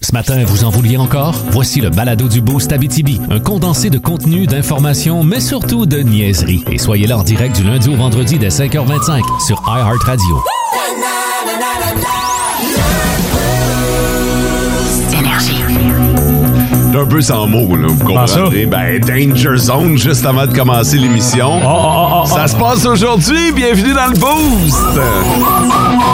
Ce matin, vous en vouliez encore? Voici le balado du beau Stabitibi, un condensé de contenu, d'informations, mais surtout de niaiseries. Et soyez là en direct du lundi au vendredi dès 5h25 sur iHeartRadio. J'étais un peu sans mots, là, vous Ah, comprendrez. Ben, Danger Zone, juste avant de commencer Ah, l'émission. ça se passe aujourd'hui, bienvenue dans le Boost!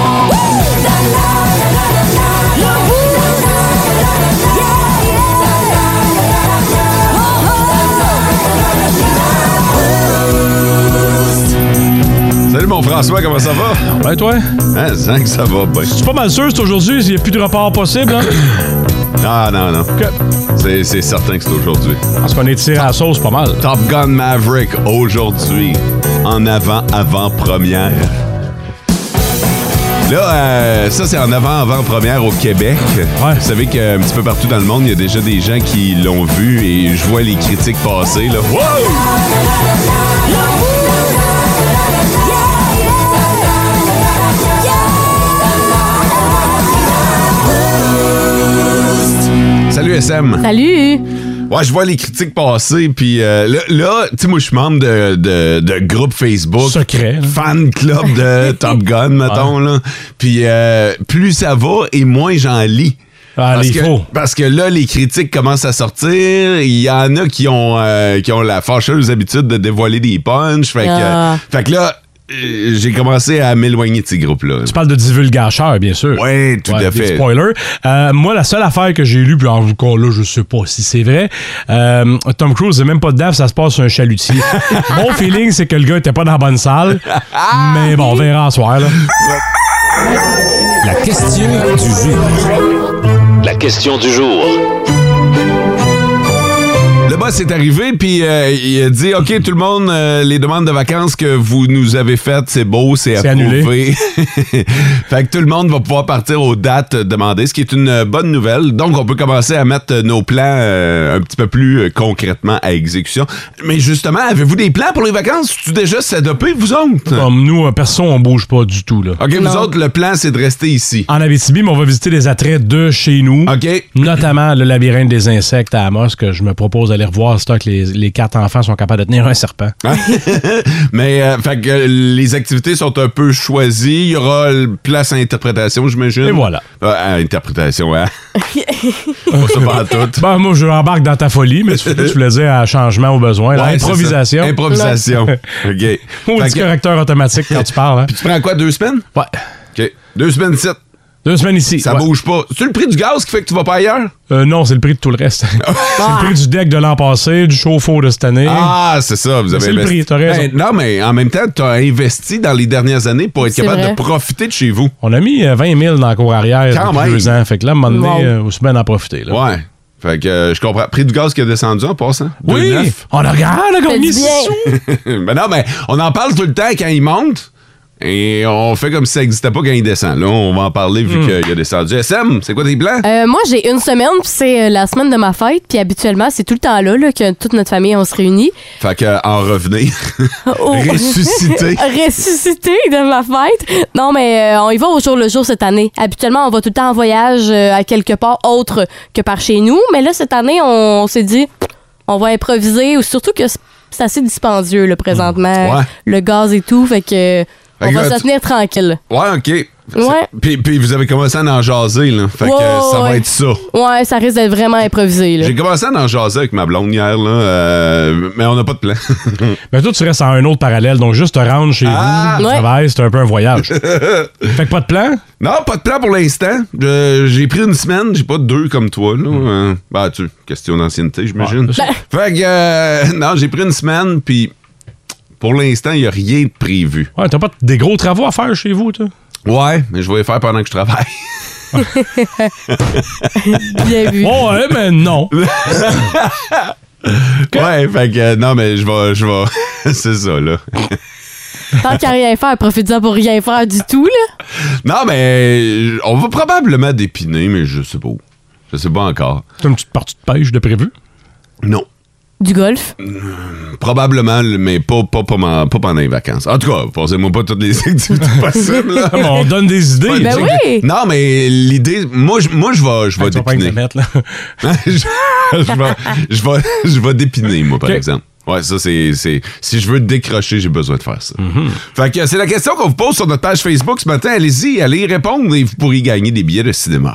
Salut mon François, comment ça va? Ben toi? Hein, zin que ça va, ben. Je suis pas mal sûr, c'est aujourd'hui, il n'y a plus de report possible. Hein? Ah non, non. Que- C'est c'est certain que c'est aujourd'hui. Parce qu'on est tiré à la sauce pas mal. Top Gun Maverick aujourd'hui en avant avant première. Là, euh, ça c'est en avant avant première au Québec. Ouais. Vous savez qu'un petit peu partout dans le monde, il y a déjà des gens qui l'ont vu et je vois les critiques passer. Là. Wow! Salut SM. Salut! Ouais, je vois les critiques passer, puis euh, là, là, tu sais, moi, je suis membre de, de, de groupe Facebook. Secret, hein. Fan club de Top Gun, mettons, là. Puis euh, plus ça va et moins j'en lis. Ah, parce, les que, faux. parce que là, les critiques commencent à sortir. Il y en a qui ont, euh, qui ont la fâcheuse habitude de dévoiler des punchs. Fait, que- Ah. fait que là, euh, j'ai commencé à m'éloigner de ces groupes-là. Tu parles de divulgacheur, Ah, bien sûr. Ouais, tout à des fait. Spoiler. Euh, moi, la seule affaire que j'ai lue, puis en tout cas, là, je sais pas si c'est vrai, euh, Tom Cruise n'est même pas dedans, puis ça se passe sur un chalutier. Mon feeling, c'est que le gars était pas dans la bonne salle. mais bon, on verra en soir, là. La question du jour. La question du jour. Le boss est arrivé, puis euh, il a dit OK, tout le monde, euh, les demandes de vacances que vous nous avez faites, c'est beau, c'est C'est approuvé. fait que tout le monde va pouvoir partir aux dates demandées, ce qui est une euh, bonne nouvelle. Donc, on peut commencer à mettre nos plans euh, un petit peu plus euh, concrètement à exécution. Mais justement, avez-vous des plans pour les vacances? Tu déjà s'adopté, vous autres? Comme nous, euh, perso, on bouge pas du tout, là. OK, vous autres, le plan, c'est de rester ici. En Abitibi, mais on va visiter les attraits de chez nous. OK? Notamment le labyrinthe des insectes à Amos, que je me propose d'aller revoir, c'est que les, les quatre enfants sont capables de tenir un serpent. Hein? Mais euh, fait que euh, les activités sont un peu choisies. Il y aura le place à interprétation, j'imagine. Et voilà. Euh, à interprétation, hein? Pas ça pas en tout. Ben, moi, je embarque dans ta folie, mais tu, tu voulais dire à changement au besoin. là, Ouais, c'est improvisation. ça. Improvisation. OK. Fait Ou que- petit correcteur automatique quand tu parles. hein. Puis tu prends quoi, deux semaines? Ouais. OK. Deux semaines, sept. Deux semaines ici. Ça Ouais. bouge pas. C'est le prix du gaz qui fait que tu vas pas ailleurs? Euh, non, c'est le prix de tout le reste. c'est le prix du deck de l'an passé, du chauffe-eau de cette année. Ah, c'est ça. Vous avez C'est le investi. prix, t'as raison. Ben, non, mais en même temps, tu as investi dans les dernières années pour être C'est capable vrai. de profiter de chez vous. On a mis euh, 20 000 dans la cour arrière Quand depuis même. deux ans. Fait que là, à un moment donné, Wow. euh, aussi bien d'en profiter. là. Ouais. Fait que euh, je comprends. Prix du gaz qui a descendu en passant. Oui! 2,9. On a regardé Faites bien. combien sous. ben non, mais on en parle tout le temps quand il monte. Et on fait comme si ça n'existait pas quand il descend. Là, on va en parler vu Hmm. qu'il a descendu. SM, c'est quoi tes plans? Euh, moi, j'ai une semaine, puis c'est euh, la semaine de ma fête, puis habituellement, c'est tout le temps là, là, que toute notre famille, on se réunit. Fait que, euh, en revenir. Oh. Ressuscité. Ressuscité de ma fête. Non, mais euh, on y va au jour le jour cette année. Habituellement, on va tout le temps en voyage euh, à quelque part autre que par chez nous, mais là, cette année, on, on s'est dit, on va improviser, ou surtout que c'est- c'est assez dispendieux, là, présentement. Ouais. Le gaz et tout, fait que... euh, Fait on que va là, se tu- tenir tranquille. Ouais, OK. Ouais. Puis, puis vous avez commencé à en jaser, là. Fait que Ouais, euh, ça va ouais. être ça. Ouais, ça risque d'être vraiment improvisé. Là. J'ai commencé à en jaser avec ma blonde hier, là. euh, mais on n'a pas de plan. Mais Ben, toi, tu restes à un autre parallèle. Donc, juste te rendre chez Ah! vous, au Ouais. travail, c'est un peu un voyage. fait que pas de plan? non, pas de plan pour l'instant. Euh, j'ai pris une semaine, j'ai pas deux comme toi, là. Euh, bah, tu question d'ancienneté, j'imagine. Hmm. Ouais, fait que, euh, non, j'ai pris une semaine, puis pour l'instant, il n'y a rien de prévu. Ouais, t'as pas des gros travaux à faire chez vous, toi? Ouais, mais je vais les faire pendant que je travaille. Bien vu. Bon, ouais, mais non. Ouais, fait que euh, non, mais je vais. Je vais c'est ça, là. Tant qu'à rien faire, profite-en pour rien faire du tout, là. Non, mais euh, on va probablement dépiner, mais je sais pas où. Je sais pas encore. T'as une petite partie de pêche de prévu? Non. Du golf. Probablement, mais pas, pas, pas, ma- pas pendant les vacances. En tout cas, pensez-moi pas toutes les activités possibles. là. Ah, mais on donne des idées. Ben tu sais. oui! Non, mais l'idée, moi, je- moi je vais, je vais Tu vas pas me dépiner. mettre, là. je, je vais, je, vais, je vais dépiner, moi, par Ok. exemple. Ouais, ça, c'est. c'est- Si je veux décrocher, j'ai besoin de faire ça. Mm-hmm. Fait que c'est la question qu'on vous pose sur notre page Facebook ce matin. Allez-y, allez y répondre et vous pourrez gagner des billets de cinéma.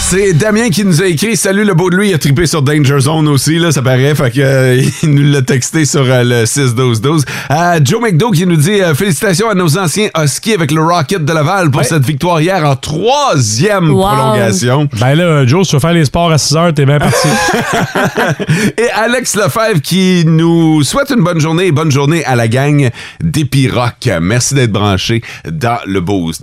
C'est Damien qui nous a écrit Salut le beau de lui, il a trippé sur Danger Zone aussi, là, ça paraît. Fait que, euh, il nous l'a texté sur euh, le 6-12-12. Euh, Joe McDo qui nous dit euh, Félicitations à nos anciens Huskies avec le Rocket de Laval pour cette victoire hier en troisième Wow. prolongation. Ben là, Joe, si tu veux faire les sports à 6 heures, t'es bien parti. Et Alex Lefebvre qui nous souhaite une bonne journée et bonne journée à la gang d'Epiroc. Merci d'être branchés dans le Boost.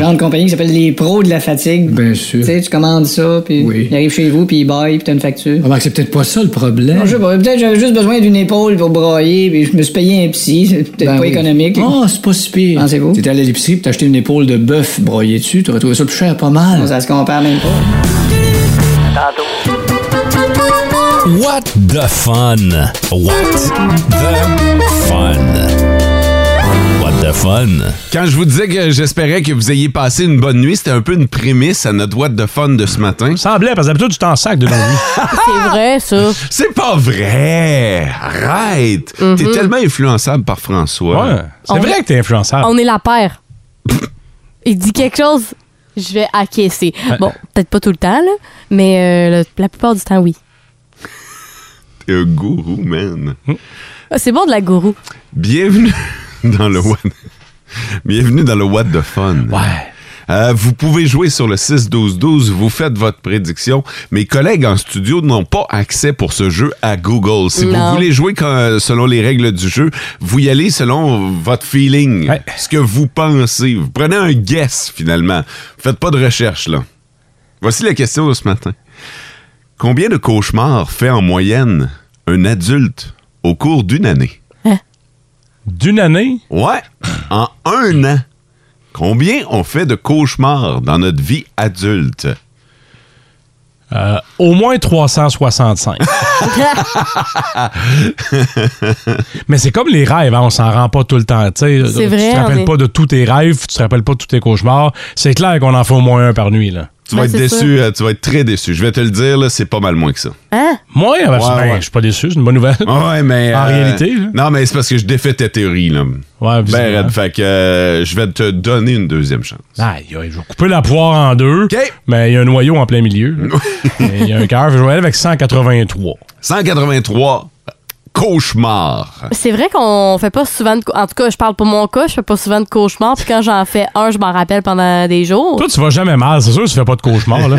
Genre de compagnie qui s'appelle les pros de la fatigue. Bien sûr. Tu sais, tu commandes ça, puis Oui. il arrive chez vous, puis il baille, puis t'as une facture. Remarque, c'est peut-être pas ça le problème. Non, je sais pas, peut-être j'avais juste besoin d'une épaule pour broyer, puis je me suis payé un psy, c'est peut-être Ben pas oui. économique. Oh, c'est pas si pire. Pensez-vous? T'étais allé à l'épicerie puis t'as acheté une épaule de bœuf broyée dessus. T'aurais trouvé ça plus cher, pas mal. Ça se compare même pas. What the fun? What the fun? What the fun? Quand je vous disais que j'espérais que vous ayez passé une bonne nuit, c'était un peu une prémisse à notre boîte de fun de ce matin. Semblait, parce que d'habitude, tu t'en sac de ma vie. C'est vrai, ça. C'est pas vrai! Arrête! T'es tellement influençable par François. Ouais. C'est Mhm. On- vrai que t'es influençable. On est la paire. Il dit quelque chose, je vais acquiescer. Bon, peut-être pas tout le temps, là, mais euh, le- la plupart du temps, oui. T'es un gourou, man. Hmm. Ah, C'est bon de la gourou. Bienvenue dans le What... Bienvenue dans le What the Fun. Ouais. Euh, vous pouvez jouer sur le 6-12-12, vous faites votre prédiction. Mes collègues en studio n'ont pas accès pour ce jeu à Google. Si vous Non. voulez jouer quand- selon les règles du jeu, vous y allez selon votre feeling, Ouais. ce que vous pensez. Vous prenez un guess finalement. Faites pas de recherche là. Voici la question de ce matin. Combien de cauchemars fait en moyenne un adulte au cours d'une année? Hein? D'une année, Ouais, en un an. Combien on fait de cauchemars dans notre vie adulte? euh, au moins 365. Mais c'est comme les rêves, hein, on s'en rend pas tout le temps. tu sais. C'est Tu vrai, te rappelles on est- pas de tous tes rêves, tu te rappelles pas de tous tes cauchemars. C'est clair qu'on en fait au moins un par nuit. Là. Tu vas Ben, être c'est déçu, euh, tu vas être très déçu. Je vais te le dire, là, c'est pas mal moins que ça. Hein? Moi, ben, ouais. ben, je suis pas déçu, c'est une bonne nouvelle. Ouais, mais. En réalité, là. Euh, Non, mais c'est parce que je défais ta théorie, là. Ouais, Ben, visiblement. Red, fait que euh, je vais te donner une deuxième chance. Aïe, aïe, je vais couper la poire en deux, OK. mais il y a un noyau en plein milieu. Et Il y a un cœur, je vais aller avec 183. 183 cauchemars. C'est vrai qu'on fait pas souvent de. cau- En tout cas, je parle pour mon cas, je fais pas souvent de cauchemars, puis quand j'en fais un, je m'en rappelle pendant des jours. Toi, tu vas jamais mal, c'est sûr que tu fais pas de cauchemar. Là.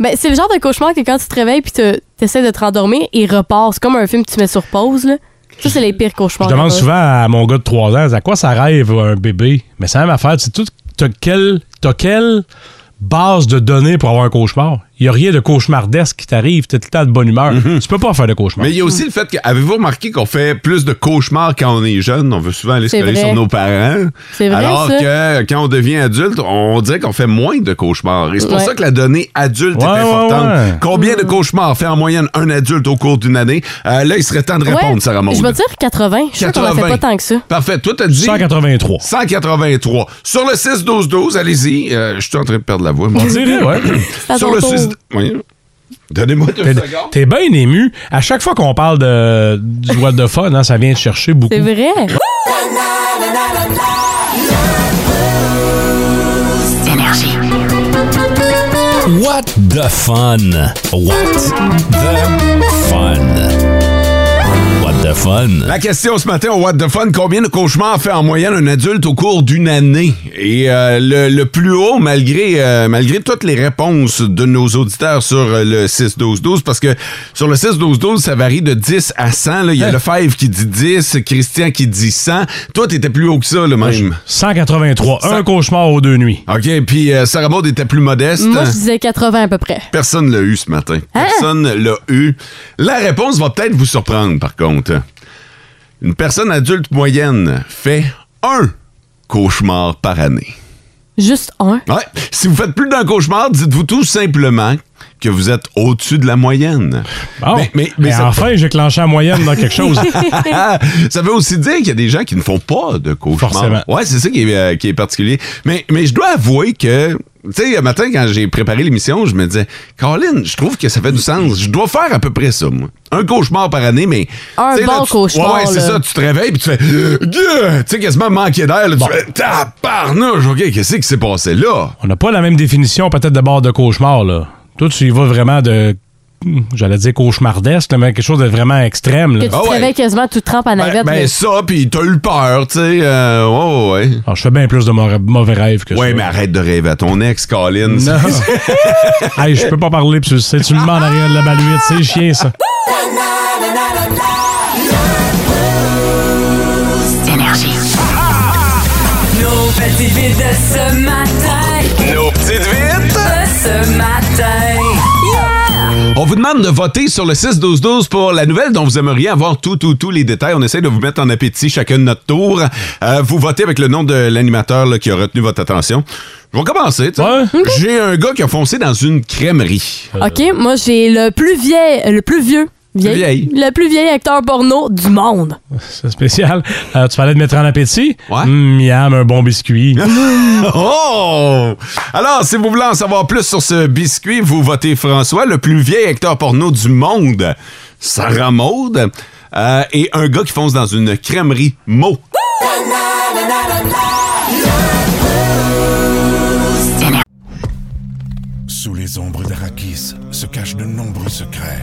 Ben, c'est le genre de cauchemar que quand tu te réveilles, puis te- t'essaies de te rendormir, il repart. C'est comme un film que tu mets sur pause, là. Ça, c'est les pires Je cauchemars. demande là-bas. souvent à mon gars de 3 ans, à quoi ça rêve un bébé? Mais c'est la même affaire, c'est tout, t'as quelle, t'as quelle base de données pour avoir un cauchemar? il n'y a rien de cauchemardesque qui t'arrive. T'es tout le temps de bonne humeur. Mhm. Tu peux pas faire de cauchemar. Mais il y a aussi le fait que, avez-vous remarqué qu'on fait plus de cauchemars quand on est jeune? On veut souvent aller se C'est coller vrai. sur nos parents. C'est vrai, Alors ça. que quand on devient adulte, on dirait qu'on fait moins de cauchemars. Et c'est pour Ouais. Hmm. ça que la donnée adulte Ouais, est ouais, importante. ouais. Combien de cauchemars fait en moyenne un adulte au cours d'une année? Euh, là, il serait temps de répondre, Ouais, Sarah Maud. Je vais dire 80. Je sais qu'on en fait pas tant que ça. Parfait. Toi, t'as dit 183. 183. Sur le 6-12-12, allez-y. Euh, je suis en train de perdre la voix. moi. On dirait, ouais. C'est à Sur ton le tour. 6... Oui. Donnez-moi deux T'es- secondes. T'es bien ému. À chaque fois qu'on parle de, du What the Fun, hein, ça vient te chercher beaucoup. C'est vrai. What the fun? What the fun? What the fun? La question ce matin au What the Fun, combien de cauchemars fait en moyenne un adulte au cours d'une année? Et euh, le, le plus haut, malgré, euh, malgré toutes les réponses de nos auditeurs sur euh, le 6-12-12, parce que sur le 6-12-12, ça varie de 10 à 100. là. Il y Hein? a Lefebvre qui dit 10, Christian qui dit 100. Toi, t'étais plus haut que ça, le même. 183. Un cauchemar aux deux nuits. OK, puis euh, Sarah Maud était plus modeste. Moi, je disais 80 à peu près. Personne l'a eu ce matin. Hein? Personne l'a eu. La réponse va peut-être vous surprendre, par contre. Une personne adulte moyenne fait un cauchemar par année. Juste un. Ouais. Si vous faites plus d'un cauchemar, dites-vous tout simplement que vous êtes au-dessus de la moyenne. Bon. Mais, mais- mais Mais ça, enfin, j'ai clenché la moyenne dans quelque chose. Ah, ça veut aussi dire qu'il y a des gens qui ne font pas de cauchemar. Forcément. Ouais, c'est ça qui est, euh, qui est particulier. Mais, mais je dois avouer que, tu sais, le matin, quand j'ai préparé l'émission, je me disais, Colin, je trouve que ça fait du sens. Je dois faire à peu près ça, moi. Un cauchemar par année, mais. Un tu sais, là, bon tu- cauchemar, Ouais, ouais, c'est là. ça. Tu te réveilles puis tu fais, Euh, gueux! tu sais, quasiment manqué d'air. là, Tu fais, tabarnouche, OK, qu'est-ce qui s'est passé là? On n'a pas la même définition, peut-être, de bord de cauchemar, là. Toi, tu y vas vraiment de. hmm, J'allais dire cauchemardesque, là, mais quelque chose de vraiment extrême. Que là. tu Ah ouais. te réveilles quasiment tout trempe en Ben, navette. ben, là. ça, puis t'as eu peur, tu sais. euh, ouais, ouais, ouais. Alors, Ah, je fais bien plus de mo- mauvais rêves que Ouais, ça. mais arrête de rêver à ton ex, Colin. Non. hey, je peux pas parler, puis tu le sais, tu me mets en arrière de la baluette, c'est chiant, ça. Nos petites vites de ce matin, Nos petites vites! de ce matin. On vous demande de voter sur le 6-12-12 pour la nouvelle dont vous aimeriez avoir tout, tout, tous les détails. On essaie de vous mettre en appétit chacun de notre tour. Euh, vous votez avec le nom de l'animateur là, qui a retenu votre attention. Je vais commencer. tu sais. Ouais. J'ai un gars qui a foncé dans une crèmerie. OK, moi, j'ai le plus vieil, euh, le plus vieux. vieil- Vieil. Le plus vieil acteur porno du monde. C'est spécial. Euh, tu parlais de mettre en appétit? Ouais. Mm, miam, un bon biscuit. Oh! Alors, si vous voulez en savoir plus sur ce biscuit, vous votez François, le plus vieil acteur porno du monde, Sarah Maud, euh, et un gars qui fonce dans une crèmerie Mo. Sous les ombres d'Arakis se cachent de nombreux secrets.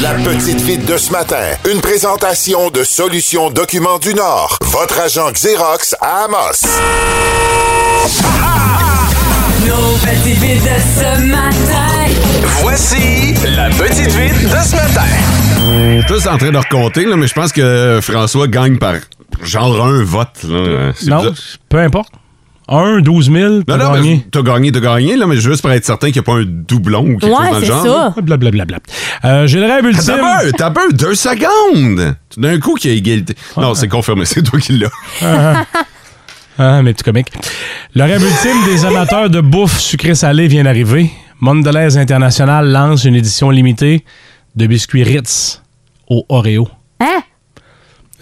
La petite vite de ce matin, une présentation de Solutions Documents du Nord, votre agent Xerox à Amos. Nos petites vites de ce matin, Voici la petite vite de ce matin. Tous en train de recompter, là, mais je pense que François gagne par genre un vote. Là. Euh, C'est non, bizarre. peu importe. Un, 12 000, Non, t'as non, gagné. mais t'as gagné, t'as gagné, là, mais juste pour être certain qu'il n'y a pas un doublon ou quelque chose dans Ouais, le c'est genre. là. ça. Blablabla. Euh, j'ai le rêve ultime. T'as peu, t'as peu, deux secondes! Tout D'un coup, qu'il y a égalité. Non, c'est confirmé, c'est toi qui l'as. Ah, mes petits comiques. Le rêve ultime des amateurs de bouffe sucrée-salée vient d'arriver. Mondelez International lance une édition limitée de biscuits Ritz au Oreo. Hein?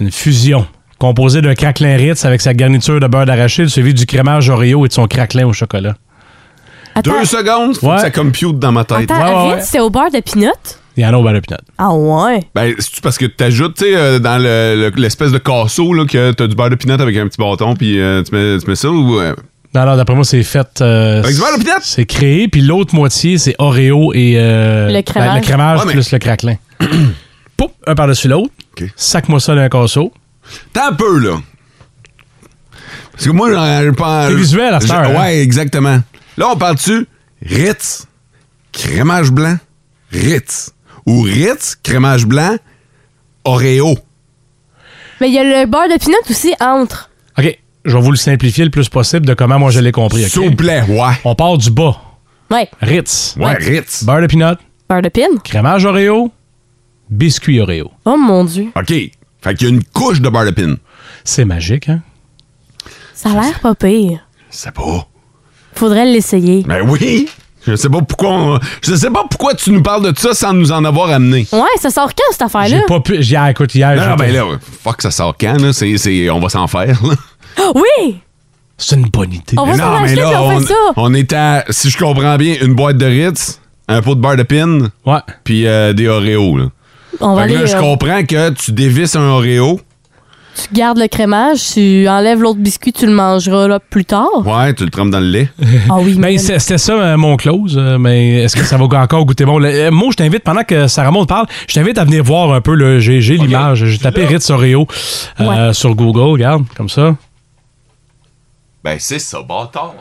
Une fusion composée d'un craquelin Ritz avec sa garniture de beurre d'arachide suivie du crémage Oreo et de son craquelin au chocolat. Attends, Deux secondes, faut Ouais. que ça compute dans ma tête. attends, Ouais, ouais, Ritz, ouais. c'est au beurre de peanut? Il y en a au beurre de peanut. Ah ouais. Ben, c'est-tu parce que t'ajoutes, tu sais, euh, dans le- le- l'espèce de casseau, là, que t'as du beurre de pinot avec un petit bâton, puis euh, tu, mets, tu mets ça ou. euh, Non, non, d'après moi, c'est fait. euh, Avec du beurre de peanut? C'est créé, puis l'autre moitié, c'est Oreo et. euh, Le crémage. le crémage Ouais, mais- plus le craquelin. Poup! un par-dessus l'autre. Sac-moi ça dans un casseau. T'as un peu, là. Parce que moi, je pense. C'est visuel, à cette je- heure, hein? Ouais, exactement. Là, on parle dessus Ritz, crémage blanc, Ritz. Ou Ritz, crémage blanc, Oreo. Mais il y a le beurre de pinot aussi entre. OK, je vais vous le simplifier le plus possible de comment moi je l'ai compris. S'il vous plaît, ouais. On part du bas. Ouais. Ritz. Ouais, Ritz. Beurre de pinot. Beurre de pin. Crémage Oreo. Biscuit Oreo. Oh mon Dieu. OK. Fait qu'il y a une couche de beurre de pin. C'est magique, hein? Ça a l'air pas pire. C'est pas. Faudrait l'essayer. Ben oui! Je sais pas pourquoi on- Je sais pas pourquoi tu nous parles de ça sans nous en avoir amené. Ouais, ça sort quand cette affaire-là? Pas pu... J'ai ah, écoute, hier. Non, non, j'étais- ben là, fuck, ça sort quand, là? C'est- c'est- on va s'en faire, là. Ah Oui! C'est une bonne idée. On va s'en acheter puis on on, fait ça. on est à, si je comprends bien, une boîte de Ritz, un pot de beurre de pin, ouais. puis euh, des Oreos. Là. On va Fait que là, aller, je euh, comprends que tu dévisses un Oreo. Tu gardes le crémage, tu enlèves l'autre biscuit, tu le mangeras là, plus tard. Ouais, tu le trempes dans le lait. Ah oui, Ben, c'est- c'était ça euh, mon close, euh, mais est-ce que ça va encore goûter bon? Le- euh, moi, je t'invite, pendant que Sarah Maud parle, je t'invite à venir voir un peu le j'ai j'ai l'image. J'ai tapé Ritz Oreo euh, sur Google, regarde, comme ça. Ben, c'est ça, bâtard.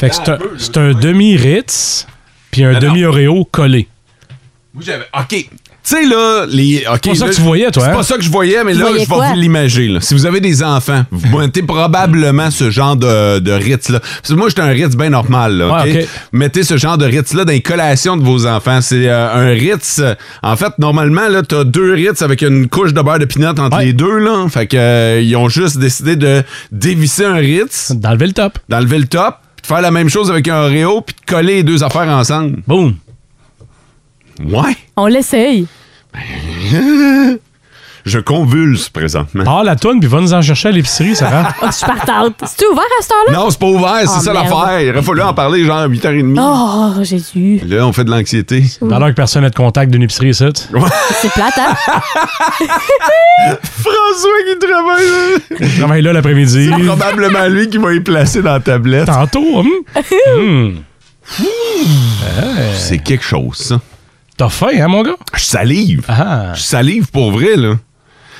Fait que c'est un, c'est un demi-Ritz, puis un demi-Oreo collé. Moi, j'avais. OK. Tu sais, là, les. ok, C'est pas ça là, que tu voyais, toi, C'est hein? pas ça que je voyais, mais Tu là, voyais je vais quoi? vous l'imager. là. Si vous avez des enfants, vous mettez probablement ce genre de, de Ritz-là. Parce que moi, j'étais un Ritz bien normal, là. Ouais, ok? Ah, ok. Mettez ce genre de Ritz-là dans les collations de vos enfants. C'est euh, un Ritz. euh, En fait, normalement, là, t'as deux Ritz avec une couche de beurre de pinot entre les deux, là. Fait que, euh, ils ont juste décidé de dévisser un Ritz. D'enlever le top. D'enlever le top, puis de faire la même chose avec un Oreo, puis de coller les deux affaires ensemble. Boum. Ouais. On l'essaye. Je convulse présentement. Parle à toi, puis va nous en chercher à l'épicerie, Sarah. Oh, je suis partante. C'est ouvert à cette heure-là? Non, c'est pas ouvert, c'est Oh, ça merde. l'affaire. Il aurait fallu en parler genre à 8h30. Oh, Jésus. Là, on fait de l'anxiété. Alors que personne n'a de contact d'une épicerie, ça. C'est plate, hein? François qui travaille. Je travaille là l'après-midi. C'est probablement lui qui va y placer dans la tablette. Tantôt, hum? Hum. C'est quelque chose, ça. T'as faim, hein, mon gars? Je salive. Ah. Je salive pour vrai, là.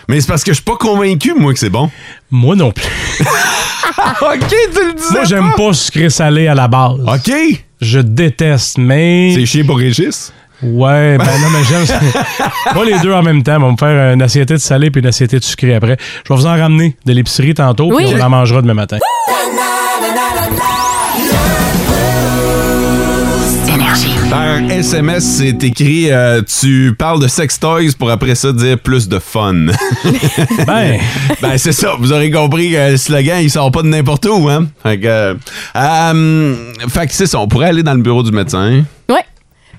Mais c'est parce que je suis pas convaincu, moi, que c'est bon. Moi non plus. Ah, OK, tu le disais. Moi, j'aime pas sucré salé à la base. OK. Je déteste, mais. C'est chier pour Régis. Ouais, ben non, mais j'aime ça. Pas les deux en même temps. mais On va me faire une assiette de salé puis une assiette de sucré après. Je vais vous en ramener de l'épicerie tantôt, Oui. puis on en mangera demain matin. Par SMS, c'est écrit euh, tu parles de sex toys pour après ça dire plus de fun. Ben. ben c'est ça, vous aurez compris que le slogan, il sort pas de n'importe où, hein? Fait que, euh, euh, fait que c'est ça, on pourrait aller dans le bureau du médecin. Ouais.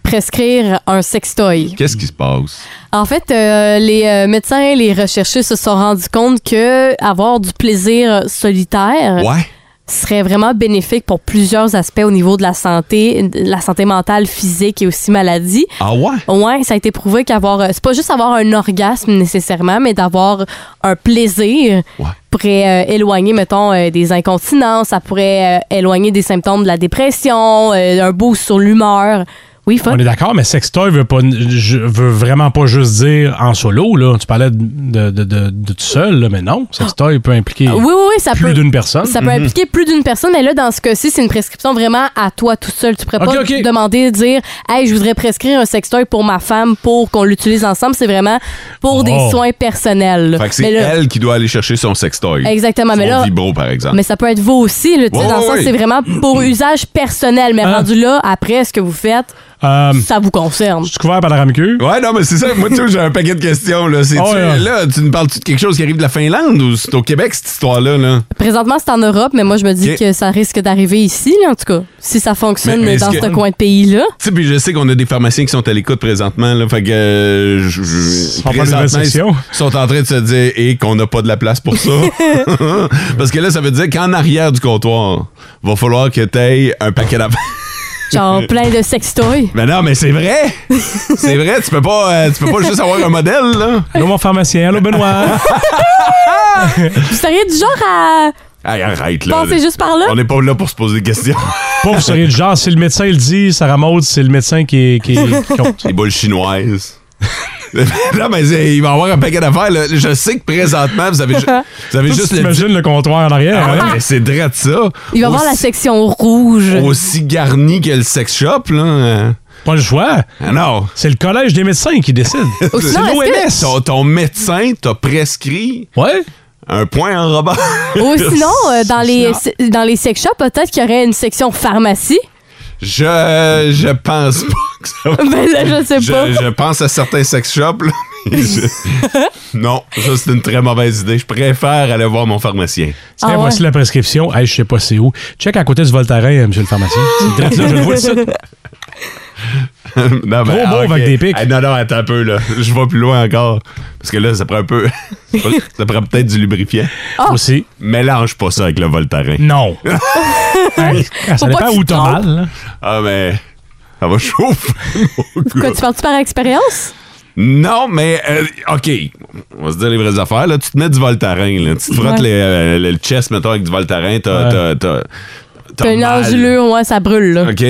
Prescrire un sextoy. Qu'est-ce qui se passe? En fait, euh, les euh, médecins et les recherchés se sont rendus compte que avoir du plaisir solitaire Ouais. serait vraiment bénéfique pour plusieurs aspects au niveau de la santé, de la santé mentale, physique et aussi maladie. Ah ouais? Ouais, ça a été prouvé qu'avoir euh, c'est pas juste avoir un orgasme nécessairement, mais d'avoir un plaisir pourrait euh, éloigner mettons euh, des incontinences, ça pourrait euh, éloigner des symptômes de la dépression, euh, un boost sur l'humeur. Oui, On fun. est d'accord, mais sextoy veut, pas, je- veut vraiment pas juste dire en solo. Là. Tu parlais de, de, de- de tout seul, là, mais non. Sextoy peut impliquer Oui, oui, oui, ça Ah. plus peut. d'une personne. Mm-hmm. Ça peut Mhm. impliquer plus d'une personne, mais là, dans ce cas-ci, c'est une prescription vraiment à toi tout seul. Tu pourrais Ok, pas ok. demander, dire, hey, je voudrais prescrire un sextoy pour ma femme pour qu'on l'utilise ensemble. C'est vraiment pour Oh. des soins personnels. Fait que c'est Mais là- elle qui doit aller chercher son sex toy. Exactement, Son mais là- vibro, par exemple. Mais ça peut être vous aussi, là, tu sais, Ouais, dans le ouais, sens, ouais. Mm. Ah. c'est vraiment pour usage personnel. Mais Hein? rendu là, après, ce que vous faites, Euh, ça vous concerne. tu es couvert par la RAMQ? Ouais, non, mais c'est ça. Moi, tu sais, j'ai un paquet de questions. Là, C'est-tu- Ah ouais. là, tu nous parles-tu de quelque chose qui arrive de la Finlande ou c'est au Québec, cette histoire-là? Là? Présentement, c'est en Europe, mais moi, je me dis Ok. que ça risque d'arriver ici, là, en tout cas, si ça fonctionne Mais- mais dans est-ce ce que- coin de pays-là. Tu sais, puis je sais qu'on a des pharmaciens qui sont à l'écoute présentement. Là, fait que. euh, je- je- On parle de présentement, récession. Ils sont en train de se dire et qu'on n'a pas de la place pour ça. Parce que là, ça veut dire qu'en arrière du comptoir, va falloir que tu un paquet d'affaires. Genre plein de sextoys. Mais Ben non, mais c'est vrai! C'est vrai, tu peux pas, euh, tu peux pas juste avoir un modèle, là. Allô, mon pharmacien. Allô, Benoît. Vous seriez du genre à. Hey, arrête, là. Pensez juste par là. On n'est pas là pour se poser des questions. Pas vous seriez le genre, si le médecin le dit, Sarah Maud, c'est le médecin qui, est- qui, est- qui compte. Les boules chinoises. là, ben, il va y avoir un paquet d'affaires. là. Je sais que présentement, vous avez, ju- vous avez Tu juste t'imagines le comptoir en arrière. c'est drôle de ça. Il va voir la section rouge. Aussi garni que le sex shop, là. Pas le choix. non. C'est le collège des médecins qui décide. Ou sinon, est-ce que- Ton, ton médecin t'a prescrit un point en robot. Ou sinon, euh, dans, les, dans les sex shops, peut-être qu'il y aurait une section pharmacie. Je, je pense pas que ça va. Ben là, je sais pas. Je, pense à certains sex shops, là, mais je- Non, ça, c'est une très mauvaise idée. Je préfère aller voir mon pharmacien. Tiens, voici la prescription. Hey, je sais pas c'est où. Check à côté du Voltaren, euh, monsieur le pharmacien. C'est direct là, je le vois tout de suite. non, Gros mot ok. avec des pics. Ah, non, non, attends un peu, là. Je vais plus loin encore. Parce que là, ça prend un peu. ça prend peut-être du lubrifiant. Ah. Aussi. Mélange pas ça avec le Ah, Voltaren. Non. Faut pas que tu te trompes. hein. Ah, mais. Ça va chauffer. mon Pourquoi gars. tu parles-tu par expérience? Non, mais euh, OK. On va se dire les vraies affaires. Là. Tu te mets du Voltaren. Là. Tu te frottes Ouais. les, euh, le, le chest, mettons, avec du Voltaren. T'as. t'as- t'as- t'as T'as une mal. engelure, ouais, ça brûle, là. OK?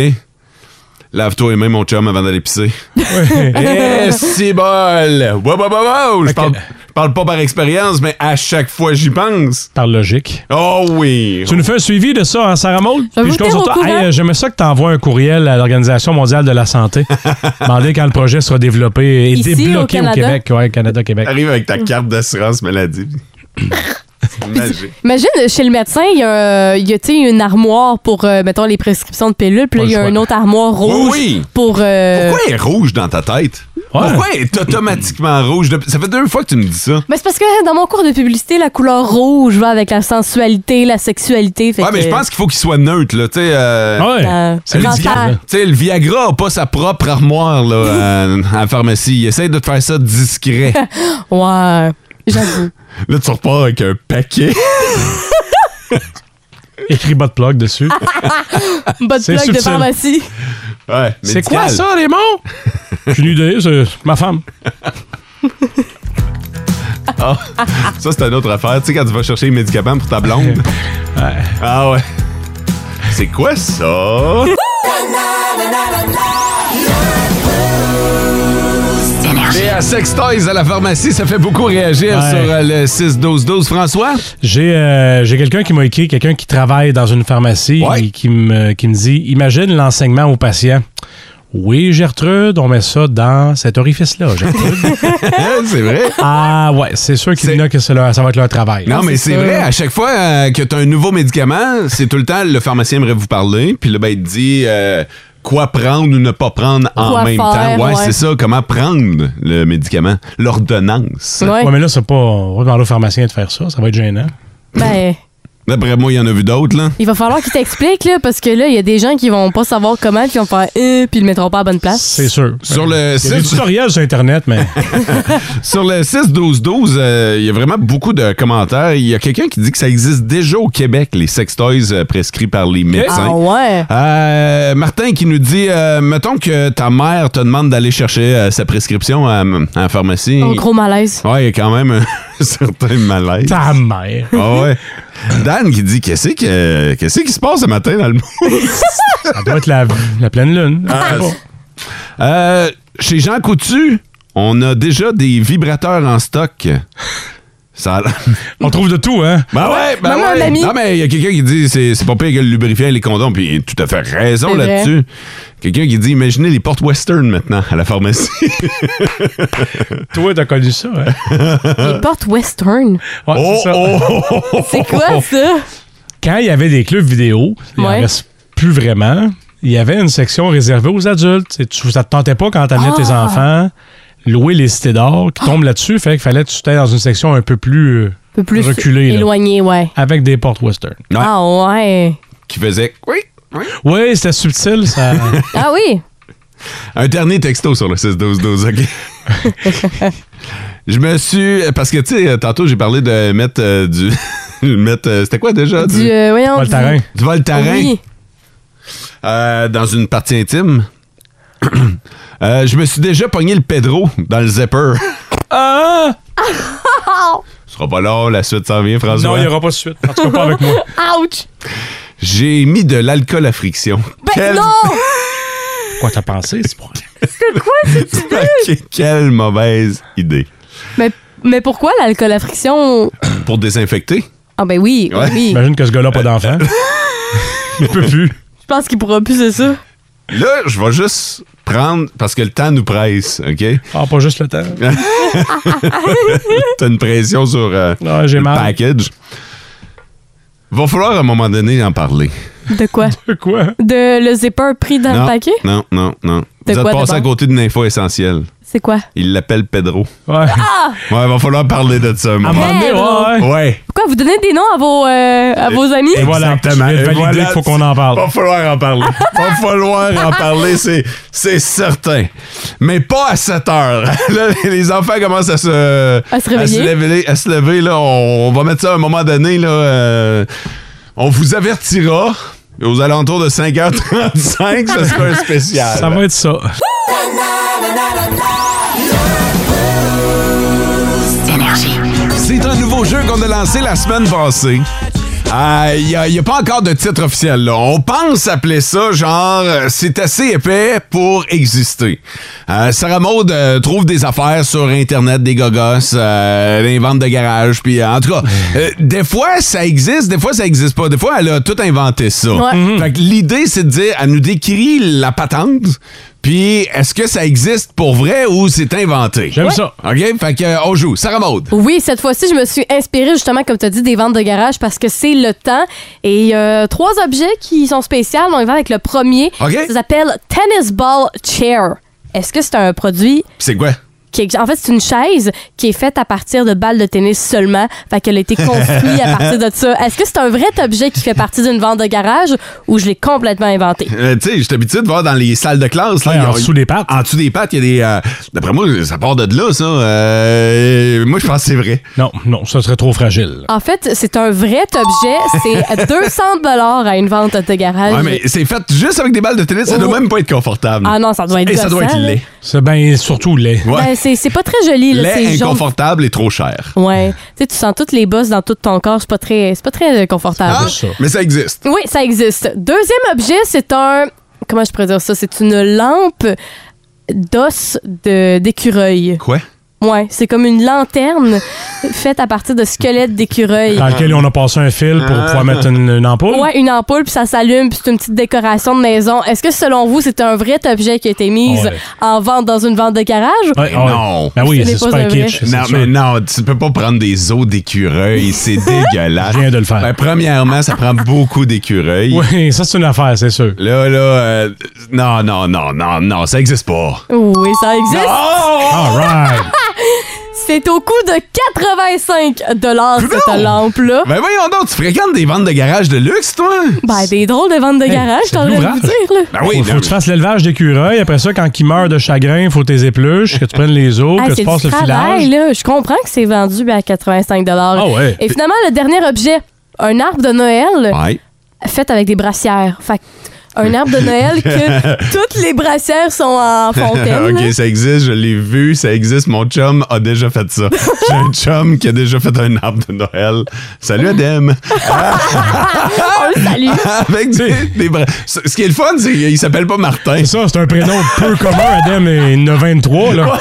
Lave-toi les mains, mon chum, avant d'aller pisser. Eh, c'est bol! Wow, wow, wow, wow! Je parle, je parle pas par expérience, mais à chaque fois j'y pense. Par logique. Oh oui! Tu nous fais un suivi de ça, hein, Sarah Maud? vais Puis vous je compte tenir sur au toi. courant. Hey, euh, J'aimerais ça que tu envoies un courriel à l'Organisation mondiale de la santé. Demander quand le projet sera développé et Ici, au débloqué au, Canada? Québec. Ouais, Canada, Québec. Arrive avec ta carte d'assurance maladie. C'est magique. Imagine, euh, chez le médecin, il y a, euh, il y a, tu sais, une armoire pour, euh, mettons, les prescriptions de pilules, puis là, Pas il y le a choix. une autre armoire Oui, rouge oui. pour... euh, Pourquoi elle est rouge dans ta tête? Pourquoi elle est automatiquement rouge? Depuis- Ça fait deux fois que tu me dis ça. Mais Ben, c'est parce que dans mon cours de publicité, la couleur rouge va avec la sensualité, la sexualité. Fait Ouais, Ah, mais que- je pense qu'il faut qu'il soit neutre, là, tu sais. euh, Ouais, Euh, c'est le, transparent. Viagra- tu sais, le Viagra a pas sa propre armoire, là, euh, à la pharmacie. Il essaie de te faire ça discret. ouais, j'avoue. là, tu repars avec un paquet. Écris bas de plug dessus. Bonne C'est plaque de subtil. pharmacie. Ouais, C'est quoi médical. ça, les mots? J'ai une idée, c'est ma femme. Ah, ça, c'est une autre affaire. Tu sais, quand tu vas chercher les médicaments pour ta blonde. Ah ouais. C'est quoi ça? Et à Sextoys à la pharmacie, ça fait beaucoup réagir Ouais. sur euh, le 6-12-12. François? J'ai euh, j'ai quelqu'un qui m'a écrit, quelqu'un qui travaille dans une pharmacie et qui me, qui me dit Imagine l'enseignement aux patients. Oui, Gertrude, on met ça dans cet orifice-là, Gertrude. c'est vrai. Ah, ouais, c'est sûr qu'il y en a que c'est leur- ça va être leur travail. Non, mais c'est sûr. vrai, à chaque fois euh, que tu as un nouveau médicament, c'est tout le temps le pharmacien aimerait vous parler, puis là, ben, il te dit euh, quoi prendre ou ne pas prendre en Quoi même faire, temps. Ouais, ouais. c'est ça, comment prendre le médicament, l'ordonnance. Ouais. mais là, c'est pas. On va demander au pharmacien de faire ça, ça va être gênant. Ben, D'après moi, il y en a vu d'autres, là. il va falloir qu'il t'explique, là, parce que là, il y a des gens qui vont pas savoir comment, puis ils vont faire euh, puis ils le mettront pas à la bonne place. C'est sûr. Sur le Il y a des tutoriels sur Internet, mais. Sur le 6-12-12, euh, il y a vraiment beaucoup de commentaires. Il y a quelqu'un qui dit que ça existe déjà au Québec, les sextoys euh, prescrits par les médecins. Ah ouais? Euh, Martin qui nous dit euh, Mettons que ta mère te demande d'aller chercher euh, sa prescription à, à la pharmacie. Oh, gros malaise. Ouais, il y a quand même un certain malaise. Ta mère. Ah ouais. Dan qui dit Qu'est-ce que- qu'est-ce qui se passe ce matin dans le monde Ça doit être la, la pleine lune. Ah, Euh, chez Jean Coutu, on a déjà des vibrateurs en stock. Ça On trouve de tout, hein? Ben ouais, ben Maman, ouais. mamie. Non, mais il y a quelqu'un qui dit c'est c'est pas pire que le lubrifiant et les condoms, puis il a tout à fait raison C'est vrai. là-dessus. Quelqu'un qui dit imaginez les portes western maintenant à la pharmacie. Toi, t'as connu ça, hein? Les portes western. Ouais, c'est ça. C'est quoi ça? Quand il y avait des clubs vidéo, il en Ouais. reste plus vraiment. Il y avait une section réservée aux adultes. Et tu, ça te tentait pas quand t'amenais tes Ah. enfants louer les cités d'or qui tombent là-dessus. Fait qu'il fallait que tu étais dans une section un peu plus, euh, Un peu plus reculée. là, éloigné, ouais. avec des portes western. Ah ouais. qui faisait oui. Oui, c'était subtil. Ça... Ah oui. Un dernier texto sur le 6-12-12, OK? Je me suis. Parce que, tu sais, tantôt, j'ai parlé de mettre euh, du. mettre. euh, C'était quoi déjà? Du, euh, voyons, Voltaren. Voltarin. du- Du Voltarin. Oui. Euh, dans une partie intime. Euh, je me suis déjà pogné le Pedro dans le zipper. Ah! Ce sera pas long, la suite s'en vient, François. Non, il n'y aura pas de suite. En tout cas, pas avec moi. Ouch! J'ai mis de l'alcool à friction. Ben non! Quoi t'as pensé? C'est pour... C'était quoi cette idée? Quelle mauvaise idée. mais, mais pourquoi l'alcool à friction? Pour désinfecter? Ah ben oui, Ouais. Euh, oui. J'imagine que ce gars-là n'a pas d'enfant. Il peut plus. Je pense qu'il pourra plus, c'est ça. Là, je vais juste prendre, parce que le temps nous presse, OK? Ah, pas juste le temps. T'as une pression sur euh, Ah, le package. Va falloir à un moment donné en parler. De quoi? De quoi? De le zipper pris dans non, le paquet? Non, non, non. De Vous quoi, êtes passé d'abord? à côté d'une info essentielle. C'est quoi? Il l'appelle Pedro. Ouais. Ah! Ouais, va falloir parler de ça. À un moment donné, ouais, ouais. Pourquoi vous donnez des noms à vos, euh, à vos amis? Et voilà, Exactement. viens de Et valider voilà, qu'il faut qu'on en parle. Va falloir en parler. va falloir en parler, c'est, c'est certain. Mais pas à 7 heures. Là, les enfants commencent à se, À se réveiller. lever, à se lever. Là, on, on va mettre ça à un moment donné. Là, euh, on vous avertira. Et Aux alentours de 5h35, ce sera un spécial. Ça va être ça. C'est un nouveau jeu qu'on a lancé la semaine passée. Euh, Il n'y a, il y a pas encore de titre officiel. là. On pense appeler ça genre euh, c'est assez épais pour exister. Euh, Sarah Maud euh, trouve des affaires sur internet des gogos, euh, elle invente de garage, puis euh, en tout cas, euh, des fois ça existe, des fois ça existe pas. Des fois elle a tout inventé ça. Ouais. Mhm. Fait que l'idée c'est de dire, elle nous décrit la patente. Puis, est-ce que ça existe pour vrai ou c'est inventé? J'aime ça. OK? Fait que, euh, on joue. Sarah Maud. Oui, cette fois-ci, je me suis inspirée justement, comme tu as dit, des ventes de garage parce que c'est le temps. Et il y a trois objets qui sont spéciaux. On y va avec le premier. OK. Ça s'appelle Tennis Ball Chair. Est-ce que c'est un produit C'est quoi? qui ex- En fait, c'est une chaise qui est faite à partir de balles de tennis seulement. Fait qu'elle a été construite à partir de ça. Est-ce que c'est un vrai objet qui fait partie d'une vente de garage ou je l'ai complètement inventé? Euh, tu sais, j'étais habitué de voir dans les salles de classe. Là, Ouais, ils en ont- dessous des pattes. En dessous des pattes, il y a des. euh, D'après moi, ça part de là, ça. Euh, moi, je pense que c'est vrai. Non, non, ça serait trop fragile. En fait, c'est un vrai objet. C'est 200 à une vente de garage. Ouais, mais c'est fait juste avec des balles de tennis. Ça Euh, Oh. doit même pas être confortable. Ah non, ça doit être Et ça doit être gossant, laid. là. C'est ben surtout laid. Ouais. Ben, c'est c'est pas très joli. Là, c'est laid, jaune. inconfortable et trop cher. Ouais. Tu sais, tu sens toutes les bosses dans tout ton corps. C'est pas très, c'est pas très euh, confortable. Mais ça existe. Oui, ça existe. Deuxième objet, c'est un. Comment je pourrais dire ça? C'est une lampe d'os de- d'écureuil. Quoi? Ouais, c'est comme une lanterne faite à partir de squelettes d'écureuil. Dans lequel on a passé un fil pour Ah. pouvoir mettre une, une ampoule. Ouais, une ampoule, puis ça s'allume, puis c'est une petite décoration de maison. Est-ce que selon vous, c'est un vrai objet qui a été mis Ouais. en vente dans une vente de garage? Mais Ah, Non. Ben oui, Ce n'est c'est pas super un vrai. kitsch, c'est Non, sûr. mais non, tu peux pas prendre des os d'écureuil. C'est dégueulasse. Je viens de le faire. premièrement, ça prend beaucoup d'écureuils. Oui, ça c'est une affaire, c'est sûr. Là, là, euh, non, non, non, non, non, ça existe pas. Oui, ça existe. All right. C'est au coût de 85 dollars cette lampe-là. Ben voyons donc, tu fréquentes des ventes de garage de luxe, toi? Ben, des drôles de ventes de Hey, garage, c'est t'en de veux vous l'ouvrage. dire, là. Ben oui, faut, non, faut mais- que tu fasses l'élevage d'écureuils. Après ça, quand ils meurent de chagrin, faut tes épluches, que tu prennes les os, Hey, que Ah, c'est tu du passes le travail, filage. là. Je comprends que c'est vendu ben, à 85 dollars. Ah ouais. Et finalement, le dernier objet, un arbre de Noël fait avec des brassières. Fait que un arbre de Noël que toutes les brassières sont en fontaine. là. ok, ça existe, je l'ai vu, ça existe. Mon chum a déjà fait ça. J'ai un chum qui a déjà fait un arbre de Noël. Salut, Adem. salut. Avec des, des bras. Ce ce qui est le fun, c'est qu'il s'appelle pas Martin. C'est ça, c'est un prénom peu commun. Adam est il en a 23, là.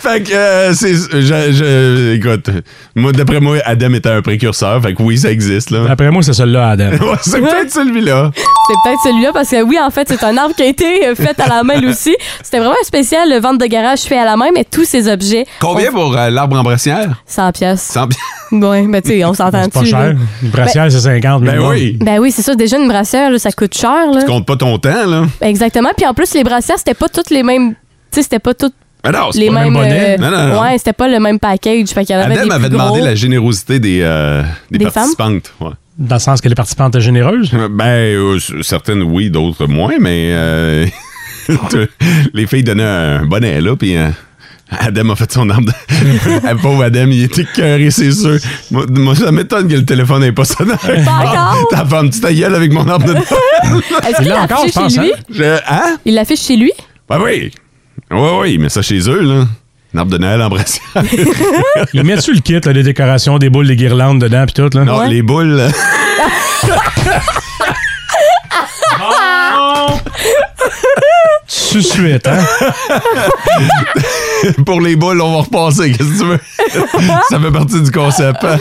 fait que, euh, c'est. Je, je- écoute, moi, d'après moi, Adam était un précurseur. Fait que oui, ça existe, là. Après moi, c'est celui-là, Adam. Ouais, c'est peut-être celui-là. C'est peut-être celui-là parce que oui, en fait, c'est un arbre qui a été euh, fait à la main lui aussi. C'était vraiment spécial, le vente de garage fait à la main, mais tous ces objets. Combien pour euh, l'arbre en brassière? 100 pièces. 100 Ouais, mais tu sais, on s'entend Pas dessus, cher. là. Une brassière, c'est 50 Ben minimum. oui. Ben oui, c'est ça. Déjà, une brassière, là, ça coûte cher. Là. Tu comptes pas ton temps, là. Euh, Exactement. Puis en plus, les brassières, c'était pas toutes les mêmes. Tu sais, c'était pas toutes. Ah non, c'est les pas le mêmes. même bonnet. euh, Non, non, non. Ouais, c'était pas le même package. Fait qu'il y en avait Adam des avait plus demandé gros. la générosité des, euh, des, Des femmes? participantes. ouais. Dans le sens que les participantes étaient généreuses. Euh, Ben, euh, s- certaines oui, d'autres moins, mais euh, t- les filles donnaient un bonnet là, puis euh, Adam a fait son arbre. de- Ah, pauvre Adam, il était cœuré, c'est sûr. Moi, moi, ça m'étonne que le téléphone n'ait pas sonné. encore? T'as fait un petit aïeul avec mon arbre de Est-ce qu'il l'a affiché chez lui? Je- hein? Il l'affiche chez lui? Ben oui. Oui, oui, mais ça chez eux, là. Un arbre de Noël en brassière. Ils mettent sur le kit, là, des décorations, des boules, des guirlandes dedans, puis tout, là. Non, les boules. euh, Tout de suite, hein? Pour les boules, on va repasser. Qu'est-ce que tu veux? ça fait partie du concept. hein?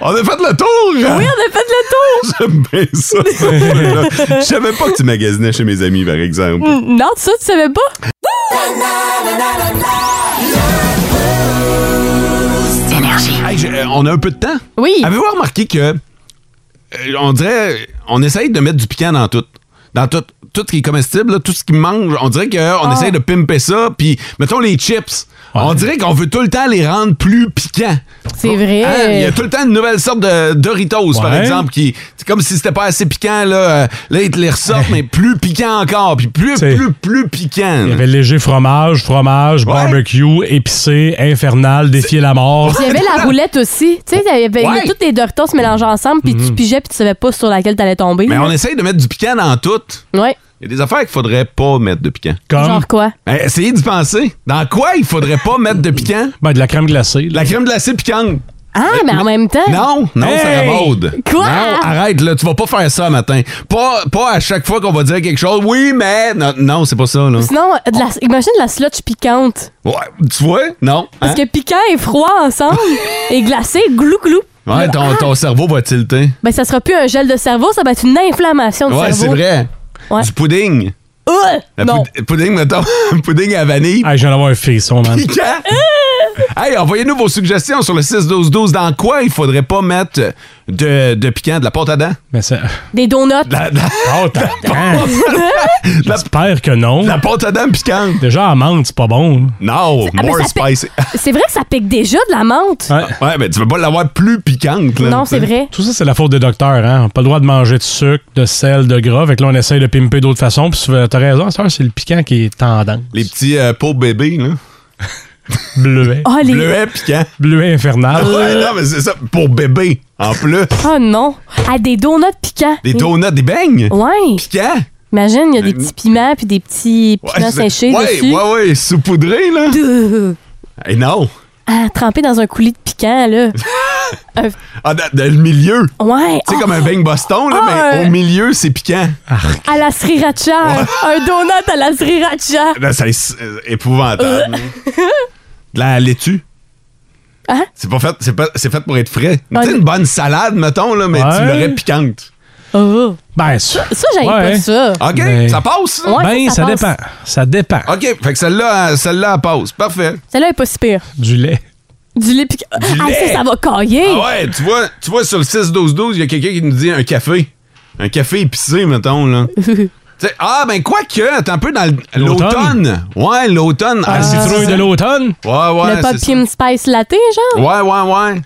On a fait le tour! hein? Oui, on a fait le tour! J'aime bien ça. Je savais pas que tu magasinais chez mes amis, par exemple. Mm, Non, ça, tu savais pas? Hey, j'ai- euh, on a un peu de temps. Oui. Avez-vous remarqué que euh, on dirait on essaye de mettre du piquant dans tout. Dans tout, tout ce qui est comestible, là, tout ce qui mange, on dirait qu'on on essaye de pimper ça, puis mettons les chips. On dirait qu'on veut tout le temps les rendre plus piquants. C'est vrai. Hein, Il y a tout le temps une nouvelle sorte de Doritos, par Ouais. exemple, qui c'est comme si c'était pas assez piquant là, euh, là ils te les ressortent mais plus piquant encore, puis plus C'est- plus plus piquant. Il y avait léger fromage, fromage, Ouais. barbecue, épicé, infernal, défier la mort. Puis Il y avait la roulette aussi. Tu sais, il y avait il y avait Ouais. Mm-hmm. toutes les Doritos mélangées ensemble, puis tu pigeais, puis tu savais pas sur laquelle t'allais tomber. Mais on essaye de mettre du piquant dans tout. Ouais. Il y a des affaires qu'il faudrait pas mettre de piquant. Comme Genre quoi? Ben, essayez d'y penser. Dans quoi il faudrait pas mettre de piquant? ben, de la crème glacée. La crème glacée piquante. Ah, mais en même temps. Non, non, ça Hey! ramaude. Quoi? Non, arrête, là, tu vas pas faire ça matin. Pas, pas à chaque fois qu'on va dire quelque chose. Oui, mais. Non, non, c'est pas ça, là. Sinon, euh, de la, imagine de la slotch piquante. Ouais, tu vois? Non. Parce hein? que piquant et froid ensemble, et glacé, glou glou. Ouais, ton, ton cerveau va tilter. Ben, ça sera plus un gel de cerveau, ça va être une inflammation de Ouais, c'est cerveau. vrai. Ouais. Du pudding. Euh, La non. poud- pudding, mettons. pudding à vanille. Ah, je viens d'avoir un frisson, man. Piquant. hey, envoyez-nous vos suggestions sur le 6-12-12. Dans quoi il faudrait pas mettre de, de piquant, de la pâte à dents? Mais ça. Des donuts. De la- de la- Oh, t'attends. J'espère que non. de la pâte à dents piquante. Déjà, amande, c'est pas bon. Non, Ah, mais more ça pique- spicy. C'est vrai que ça pique déjà de la menthe. Ouais. Ouais, mais tu veux pas l'avoir plus piquante, là. non, c'est vrai. Tout ça, c'est la faute des docteurs. Hein? On n'a pas le droit de manger de sucre, de sel, de gras. Fait que là, on essaye de pimper d'autres façons. Puis tu- t'as raison, Star, c'est le piquant qui est tendance. Les petits euh, pots bébés, là. Bleuet. Oh, les... Bleuet piquant. Bleuet infernal. Ouais, non, mais c'est ça. Pour bébé, en plus. Oh non. Ah, des donuts piquants. Des donuts, des beignes. Ouais. Piquants. Ben, Imagine, il y a des petits piments puis des petits Ouais, piments c'est- séchés ouais, dessus. ouais, ouais, saupoudré, là. Duh. Et non. Ah, trempé dans un coulis de piquant, là. Ah, dans, dans le milieu. Ouais. Tu sais, Oh, comme un beigne Boston, là, Ah, mais euh. au milieu, c'est piquant. À la sriracha. Un donut à la sriracha. Là, ça est euh, épouvantable. de la laitue. Hein? C'est pas fait, c'est pas- c'est fait pour être frais. Ah, tu sais, le- une bonne salade, mettons, là, mais tu Ouais. l'aurais piquante. Oh. Ben, ça, Ça, j'aime Ouais. pas ça. OK, Mais- ça passe, là. Ouais, ben, ça, passe. dépend. Ça dépend OK, fait que celle-là, euh, celle-là, elle passe. Parfait. Celle-là est pas si pire. du lait. Du lait piquant. Ah, lait. ça, ça va cailler. Ah ouais, tu vois, tu vois sur le 6-12-12, il y a quelqu'un qui nous dit un café. Un café épicé, mettons, là. Tu sais, ah, ben quoi que, t'es un peu dans l- l'automne. L'automne. Ouais, l'automne. Ah, La c'est citrouille de l'automne. ça. Ouais, ouais, le c'est ça. pumpkin spice latte, genre. Ouais, ouais, ouais.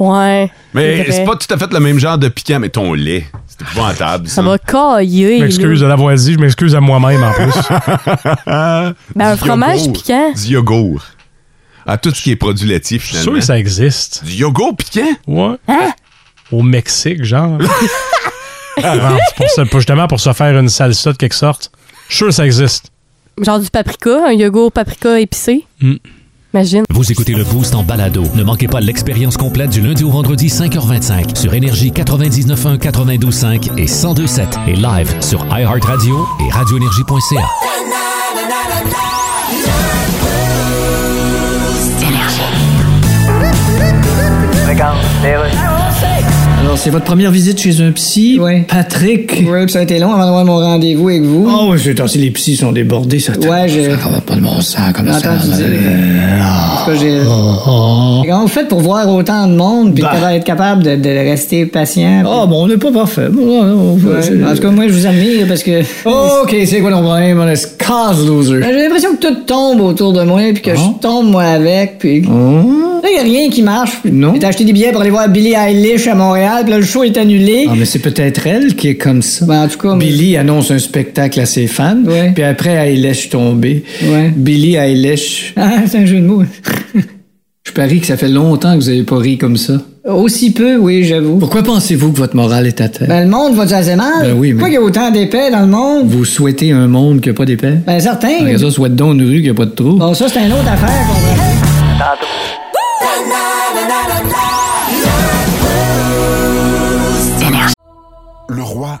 Ouais. Mais vrai. c'est pas tout à fait le même genre de piquant, mais ton lait. C'est épouvantable, ça. Ça va cailler. Je m'excuse de l'avoir dit. Je m'excuse à moi-même, en plus. Mais Ben, un Du fromage yogourt. piquant. Du yogourt. À tout ce qui est produit laitier, Je suis sûr finalement. que ça existe. Du yogourt piquant? Ouais. Hein? Au Mexique, genre. Ah, Non, c'est pour ça- pour- justement pour se faire une salsa de quelque sorte. Je suis sûr que ça existe. Genre du paprika, un yogourt paprika épicé. Imagine. Vous écoutez le Boost en balado. Ne manquez pas l'expérience complète du lundi au vendredi 5h25 sur Énergie 99.1, 92.5 et 102.7 et live sur iHeartRadio et radioénergie.ca. Alors, c'est votre première visite chez un psy? Ouais. Patrick? Ouais, puis ça a été long avant d'avoir mon rendez-vous avec vous. Oh, oui, c'est si les psys sont débordés, ça Ouais, je- Ça Ah, va pas de bon sens comme ça. Entendu dire. Euh, En tout cas, j'ai- Oh, Comment vous faites pour voir autant de monde puis Bah. de être capable de, de rester patient? puis- Ah, bon, on n'est pas parfait. Bon, non, on- Ouais. c'est- En tout cas, moi, je vous admire parce que. OK, c'est quoi ton problème? On est casse loser. Ah. Ben, J'ai l'impression que tout tombe autour de moi, puis que je tombe moi avec, puis. Là, y a rien qui marche. Non. J'ai acheté des billets pour aller voir Billie Eilish à Montréal, puis là, le show est annulé. Ah, mais c'est peut-être elle qui est comme ça. Ben, en tout cas, moi- Billy annonce un spectacle à ses fans, Ouais. puis après, elle laisse tomber. Ouais. Billy, elle lèche. Ah, c'est un jeu de mots. Je parie que ça fait longtemps que vous avez pas ri comme ça. Aussi peu, oui, j'avoue. Pourquoi pensez-vous que votre morale est à terre? Ben, le monde va-tu assez mal? Ben oui, mais- Pourquoi il y a autant d'épais dans le monde? Vous souhaitez un monde qui n'a pas d'épais? Ben, certains. Par exemple, souhaite donc une rue qui n'a pas de trou. Bon, ça, c'est une autre affaire qu'on va- Le roi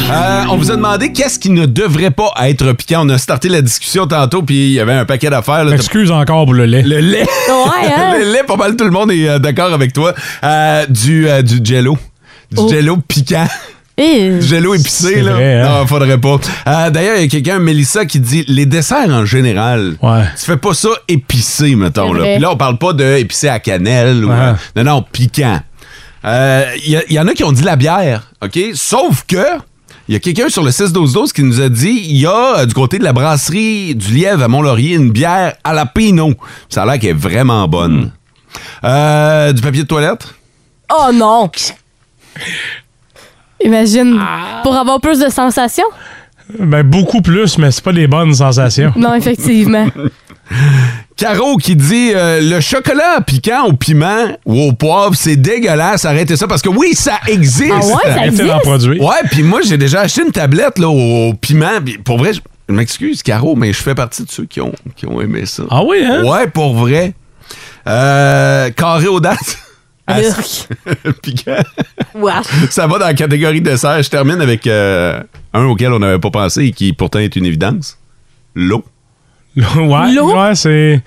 Euh, on vous a demandé qu'est-ce qui ne devrait pas être piquant. On a starté la discussion tantôt, puis il y avait un paquet d'affaires. là. Excuse encore pour le lait. Le lait. Ouais, hein? le lait, pas mal tout le monde est euh, d'accord avec toi. Euh, du, euh, du jello. Du Oh. jello piquant. Eh, Du jello C'est épicé, là. vrai, hein? Non, faudrait pas. Euh, D'ailleurs, il y a quelqu'un, Mélissa, qui dit les desserts en général. Ouais. Tu fais pas ça épicé, mettons. C'est Là. vrai. Puis là, on parle pas de épicé à cannelle. Ou, euh, Ouais. Non, non, piquant. Euh, Il y, a- il y en a qui ont dit la bière, OK? Sauf que, il y a quelqu'un sur le 6-12-12 qui nous a dit il y a euh, du côté de la brasserie du Lièvre à Mont-Laurier une bière à la Pinot. Ça a l'air qu'elle est vraiment bonne. Euh, du papier de toilette? Oh non! Imagine, Ah. pour avoir plus de sensations? Ben, beaucoup plus, mais c'est pas des bonnes sensations. Non, effectivement. Caro qui dit euh, le chocolat piquant au piment ou au poivre, c'est dégueulasse, arrêtez ça parce que oui, ça existe. Ah ouais, ça Arrêtez d'en existe? produire. Ouais, puis moi j'ai déjà acheté une tablette là au au piment, puis pour vrai, je je m'excuse Caro, mais je fais partie de ceux qui ont qui ont aimé ça. Ah oui, hein? Ouais, pour vrai. Euh, carré aux dates. Urk. piquant. Ouah. Ça va dans la catégorie dessert. Je termine avec euh, un auquel on n'avait pas pensé et qui pourtant est une évidence. L'eau. ouais, L'eau? ouais, c'est.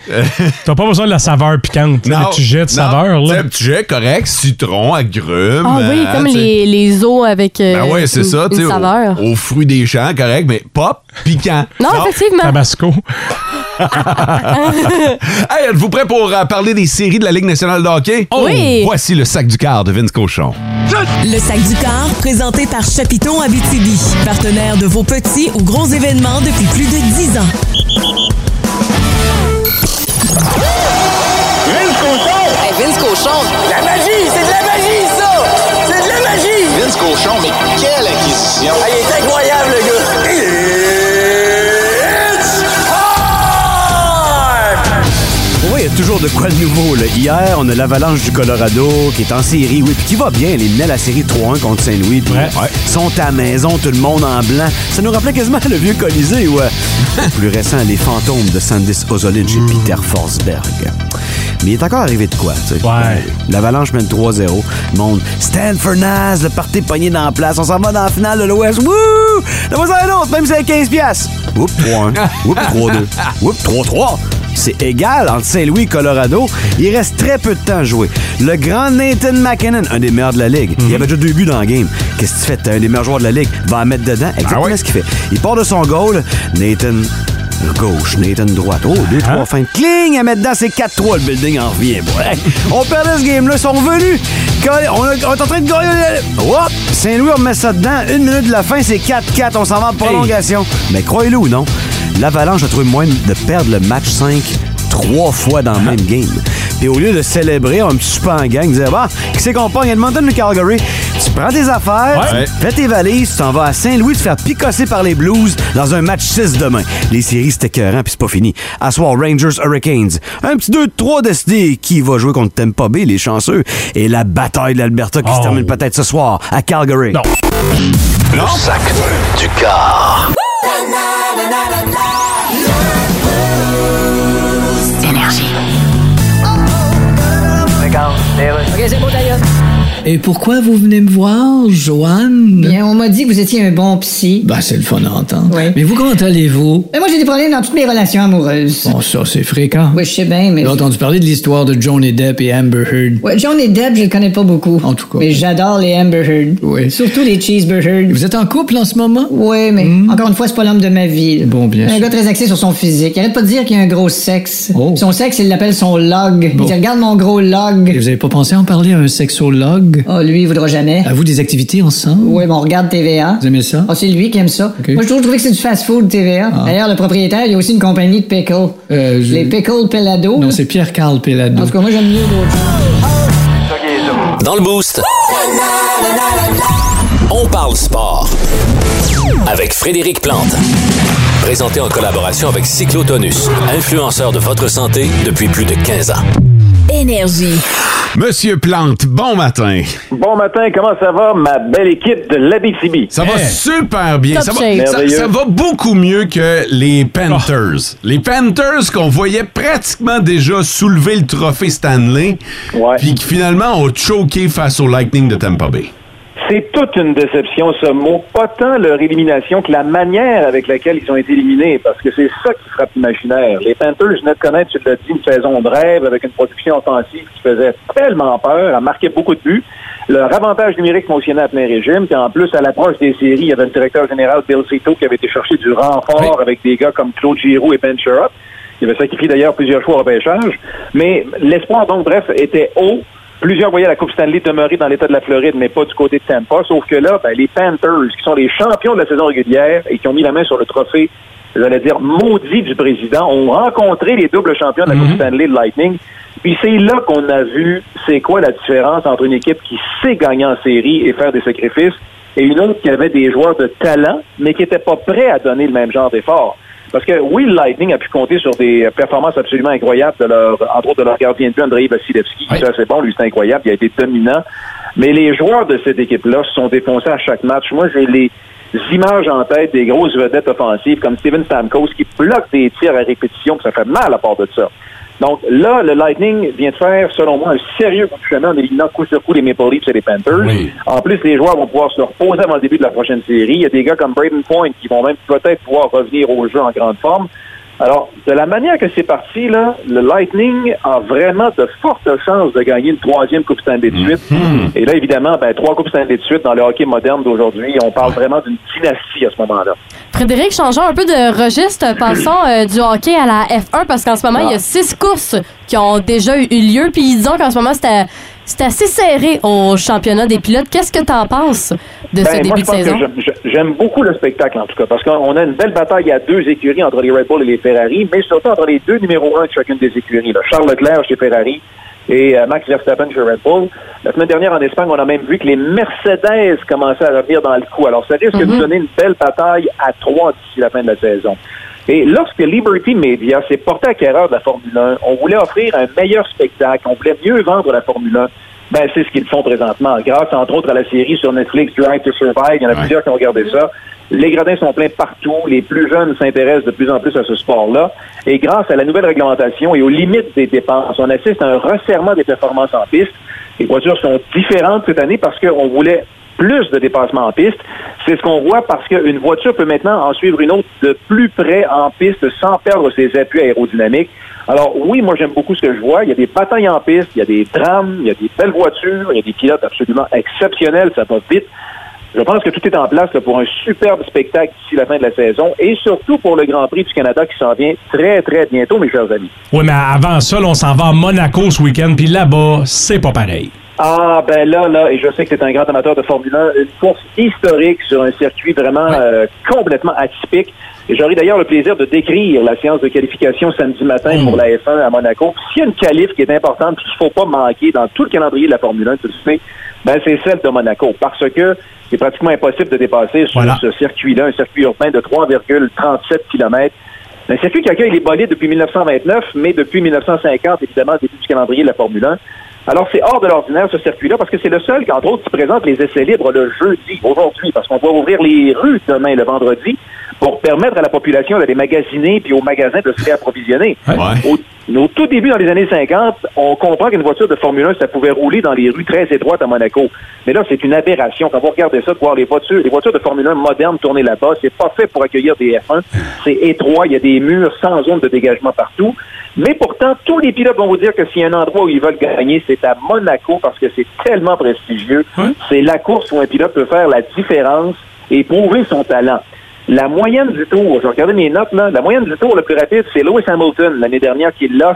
T'as pas besoin de la saveur piquante, Non, le petit jet de non, saveur, tu sais, là. Un petit jet correct, citron, agrumes. Ah oui, euh, comme tu sais. les, les os avec euh, Ben ouais, c'est une, ça, tu une sais, saveur. Aux, aux fruits des champs, correct, mais pas piquant. Non, effectivement. Tabasco. Hey, êtes-vous prêts pour euh, parler des séries de la Ligue nationale de hockey? Oui. Voici le sac du quart de Vince Cochon. Le sac du corps, présenté par Chapiton Abitibi, partenaire de vos petits ou gros événements depuis plus de 10 ans. Vince Cochon! La magie! C'est de la magie, ça! C'est de la magie! Vince Cochon, mais quelle acquisition! Ah, il est incroyable, le gars! It's time! Oui, il y a toujours de quoi de nouveau. Là. Hier, on a l'Avalanche du Colorado qui est en série, oui, puis qui va bien. Les menait la série 3-1 contre Saint-Louis. Puis ils sont à la maison, tout le monde en blanc. Ça nous rappelait quasiment le vieux Colisée ou euh, plus récent, les fantômes de Sandis Ozolin chez Peter Forsberg. Mais il est encore arrivé de quoi, tu sais. Ouais. L'Avalanche mène 3-0. Le Monde, Stanford Naz, le parti pogné dans la place. On s'en va dans la finale de l'Ouest. Wouh! Le voisin un autre, même si c'est 15 piastres. Oups, 3-1. Oups, 3-2. Oups, 3-3. C'est égal entre Saint-Louis et Colorado. Il reste très peu de temps à jouer. Le grand Nathan McKinnon, un des meilleurs de la Ligue, il avait déjà deux buts dans la game. Qu'est-ce que tu fais? T'as un des meilleurs joueurs de la Ligue. Va en mettre dedans. Exactement ce qu'il fait. Il part de son goal. Nathan gauche, Nathan droite. Oh, deux, trois fins. Cling! À mettre dedans, c'est 4-3. Le building en revient. boy. Hey, on perdait ce game-là. Ils sont revenus. Quand On, a- on est en train de gagner. le- Hop! Saint-Louis, on met ça dedans. Une minute de la fin, c'est 4-4. On s'en va en prolongation. Mais croyez-le ou non, l'Avalanche a trouvé moyen de perdre le match 5 trois fois dans le même Ah. game. Puis au lieu de célébrer, on me super en gang, disait Bah, qui c'est qu'on pogne Edmonton ou Calgary? Tu prends tes affaires, Ouais. tu Fais tes valises, tu t'en vas à Saint-Louis te faire picosser par les Blues dans un match 6 demain. Les séries, c'était écœurant, puis c'est pas fini. À soir, Rangers Hurricanes. Un petit 2-3 décidé qui va jouer contre Tampa Bay, les chanceux. Et la bataille de l'Alberta qui Oh. se termine peut-être ce soir à Calgary. Non. Le sac du car. Et pourquoi vous venez me voir, Joanne? Bien, on m'a dit que vous étiez un bon psy. Ben, c'est le fun à entendre. Oui. Mais vous, comment allez-vous? Mais moi, j'ai des problèmes dans toutes mes relations amoureuses. Bon, ça, c'est fréquent. Oui, je sais bien, mais... J'ai entendu parler de l'histoire de Johnny Depp et Amber Heard. Ouais, John et Deb, je le connais pas beaucoup. En tout cas. Mais j'adore les Amber Heard. Oui. Surtout les Cheeseburger. Vous êtes en couple en ce moment? Hmm? Oui, mais encore une fois, c'est pas l'homme de ma vie. là. Bon, bien Un sûr. gars très axé sur son physique. Il arrête pas de dire qu'il a un gros sexe. Oh. Son sexe, il l'appelle son log. Bon. Il dit, regarde mon gros log. Et vous avez pas pensé en parler à un sexologue? Ah, lui, il voudra jamais. À vous des activités ensemble? Oui, mais on regarde TVA. Vous aimez ça? Ah, c'est lui qui aime ça. Ok. Moi, je trouve, je trouvais que c'est du fast-food, TVA. Ah. D'ailleurs, le propriétaire, il y a aussi une compagnie de pickles. Euh, je- Les pickles Pelado. Non, c'est Pierre-Carl Pelado. En tout cas, moi, j'aime mieux d'autres. Dans le boost. On parle sport avec Frédéric Plante. Présenté en collaboration avec Cyclotonus, influenceur de votre santé depuis plus de 15 ans. Énergie. Monsieur Plante, bon matin. Bon matin, comment ça va, ma belle équipe de l'Abitibi? Ça va super bien. Ça va, ça- ça va beaucoup mieux que les Panthers. Les Panthers qu'on voyait pratiquement déjà soulever le trophée Stanley, puis qui finalement ont choqué face au Lightning de Tampa Bay. C'est toute une déception, ce mot. Pas tant leur élimination que la manière avec laquelle ils ont été éliminés, parce que c'est ça qui frappe l'imaginaire. Les Panthers venaient de connaître, tu l'as dit, une saison de rêve avec une production offensive qui faisait tellement peur, a marqué beaucoup de buts. Leur avantage numérique fonctionnait à plein régime, puis en plus, à l'approche des séries, il y avait le directeur général Bill Zito qui avait été chercher du renfort avec des gars comme Claude Giroux et Ben Sherrod. Il avait sacrifié d'ailleurs plusieurs choix au repêchage. Mais l'espoir, donc, bref, était haut. Plusieurs voyaient la Coupe Stanley demeurer dans l'État de la Floride, mais pas du côté de Tampa. Sauf que là, ben, les Panthers, qui sont les champions de la saison régulière et qui ont mis la main sur le trophée, j'allais dire, maudit du président, ont rencontré les doubles champions de la Coupe Stanley de Lightning. Puis c'est là qu'on a vu c'est quoi la différence entre une équipe qui sait gagner en série et faire des sacrifices et une autre qui avait des joueurs de talent, mais qui n'étaient pas prêts à donner le même genre d'effort. Parce que oui, le Lightning a pu compter sur des performances absolument incroyables de leur, entre autres de leur gardien de but, Andrei Vasilevski. Ça, c'est bon, lui, c'est incroyable. Il a été dominant. Mais les joueurs de cette équipe-là se sont défoncés à chaque match. Moi, j'ai les images en tête des grosses vedettes offensives comme Steven Stamkos qui bloque des tirs à répétition, puis ça fait mal à part de ça. Donc là, le Lightning vient de faire, selon moi, un sérieux coup de chemin en éliminant coup sur coup les Maple Leafs et les Panthers. En plus, les joueurs vont pouvoir se reposer avant le début de la prochaine série. Il y a des gars comme Braden Point qui vont même peut-être pouvoir revenir au jeu en grande forme. Alors, de la manière que c'est parti, là, le Lightning a vraiment de fortes chances de gagner une troisième Coupe Stanley de suite. Et là, évidemment, ben, trois Coupes Stanley de suite dans le hockey moderne d'aujourd'hui, on parle vraiment d'une dynastie à ce moment-là. Frédéric, changeons un peu de registre, passons euh, du hockey à la F1 parce qu'en ce moment, il Ah. y a six courses qui ont déjà eu lieu. Puis disons qu'en ce moment, c'est à- c'est assez serré au championnat des pilotes. Qu'est-ce que t'en penses de Ben, ce moi, début je de pense saison? que j'aime- je- J'aime beaucoup le spectacle, en tout cas, parce qu'on a une belle bataille à deux écuries entre les Red Bull et les Ferrari, mais surtout entre les deux numéros un de chacune des écuries. là. Charles Leclerc chez Ferrari et euh, Max Verstappen chez Red Bull. La semaine dernière, en Espagne, on a même vu que les Mercedes commençaient à revenir dans le coup. Alors, ça Mm-hmm. risque de donner une belle bataille à trois d'ici la fin de la saison. Et lorsque Liberty Media s'est porté acquéreur de la Formule 1, on voulait offrir un meilleur spectacle, on voulait mieux vendre la Formule 1. Ben, c'est ce qu'ils font présentement, grâce entre autres à la série sur Netflix Drive to Survive. Il y en a plusieurs qui ont regardé ça. Les gradins sont pleins partout. Les plus jeunes s'intéressent de plus en plus à ce sport-là. Et grâce à la nouvelle réglementation et aux limites des dépenses, on assiste à un resserrement des performances en piste. Les voitures sont différentes cette année parce qu'on voulait plus de dépassements en piste. C'est ce qu'on voit parce qu'une voiture peut maintenant en suivre une autre de plus près en piste sans perdre ses appuis aérodynamiques. Alors oui, moi j'aime beaucoup ce que je vois. Il y a des batailles en piste, il y a des drames, il y a des belles voitures, il y a des pilotes absolument exceptionnels, ça va vite. Je pense que tout est en place là, pour un superbe spectacle d'ici la fin de la saison et surtout pour le Grand Prix du Canada qui s'en vient très très bientôt, mes chers amis. Oui, mais avant ça, là, on s'en va à Monaco ce week-end, puis là-bas, c'est pas pareil. Ah, ben là, là, et je sais que tu es un grand amateur de Formule 1, une course historique sur un circuit vraiment euh, complètement atypique. Et J'aurai d'ailleurs le plaisir de décrire la séance de qualification samedi matin pour la F1 à Monaco. Puis S'il y a une qualif qui est importante, puis qu'il faut pas manquer dans tout le calendrier de la Formule 1, tu le sais, ben c'est celle de Monaco. Parce que c'est pratiquement impossible de dépasser sur ce circuit-là, un circuit urbain de 3,37 km. Un circuit qui accueille les bolides depuis 1929, mais depuis 1950, évidemment, début du calendrier de la Formule 1. Alors, c'est hors de l'ordinaire, ce circuit-là, parce que c'est le seul, entre autres, qui présente les essais libres le jeudi, aujourd'hui, parce qu'on va ouvrir les rues demain, le vendredi, pour permettre à la population d'aller magasiner puis aux magasins de se réapprovisionner. Au, au tout début, dans les années 50, on comprend qu'une voiture de Formule 1, ça pouvait rouler dans les rues très étroites à Monaco. Mais là, c'est une aberration. Quand vous regardez ça, de voir les voitures, les voitures de Formule 1 modernes tourner là-bas, c'est pas fait pour accueillir des F1. C'est étroit, il y a des murs sans zone de dégagement partout. Mais pourtant, tous les pilotes vont vous dire que s'il y a un endroit où ils veulent gagner, c'est à Monaco parce que c'est tellement prestigieux. C'est la course où un pilote peut faire la différence et prouver son talent. La moyenne du tour, je regardais mes notes, là, la moyenne du tour le plus rapide, c'est Lewis Hamilton l'année dernière qui est là,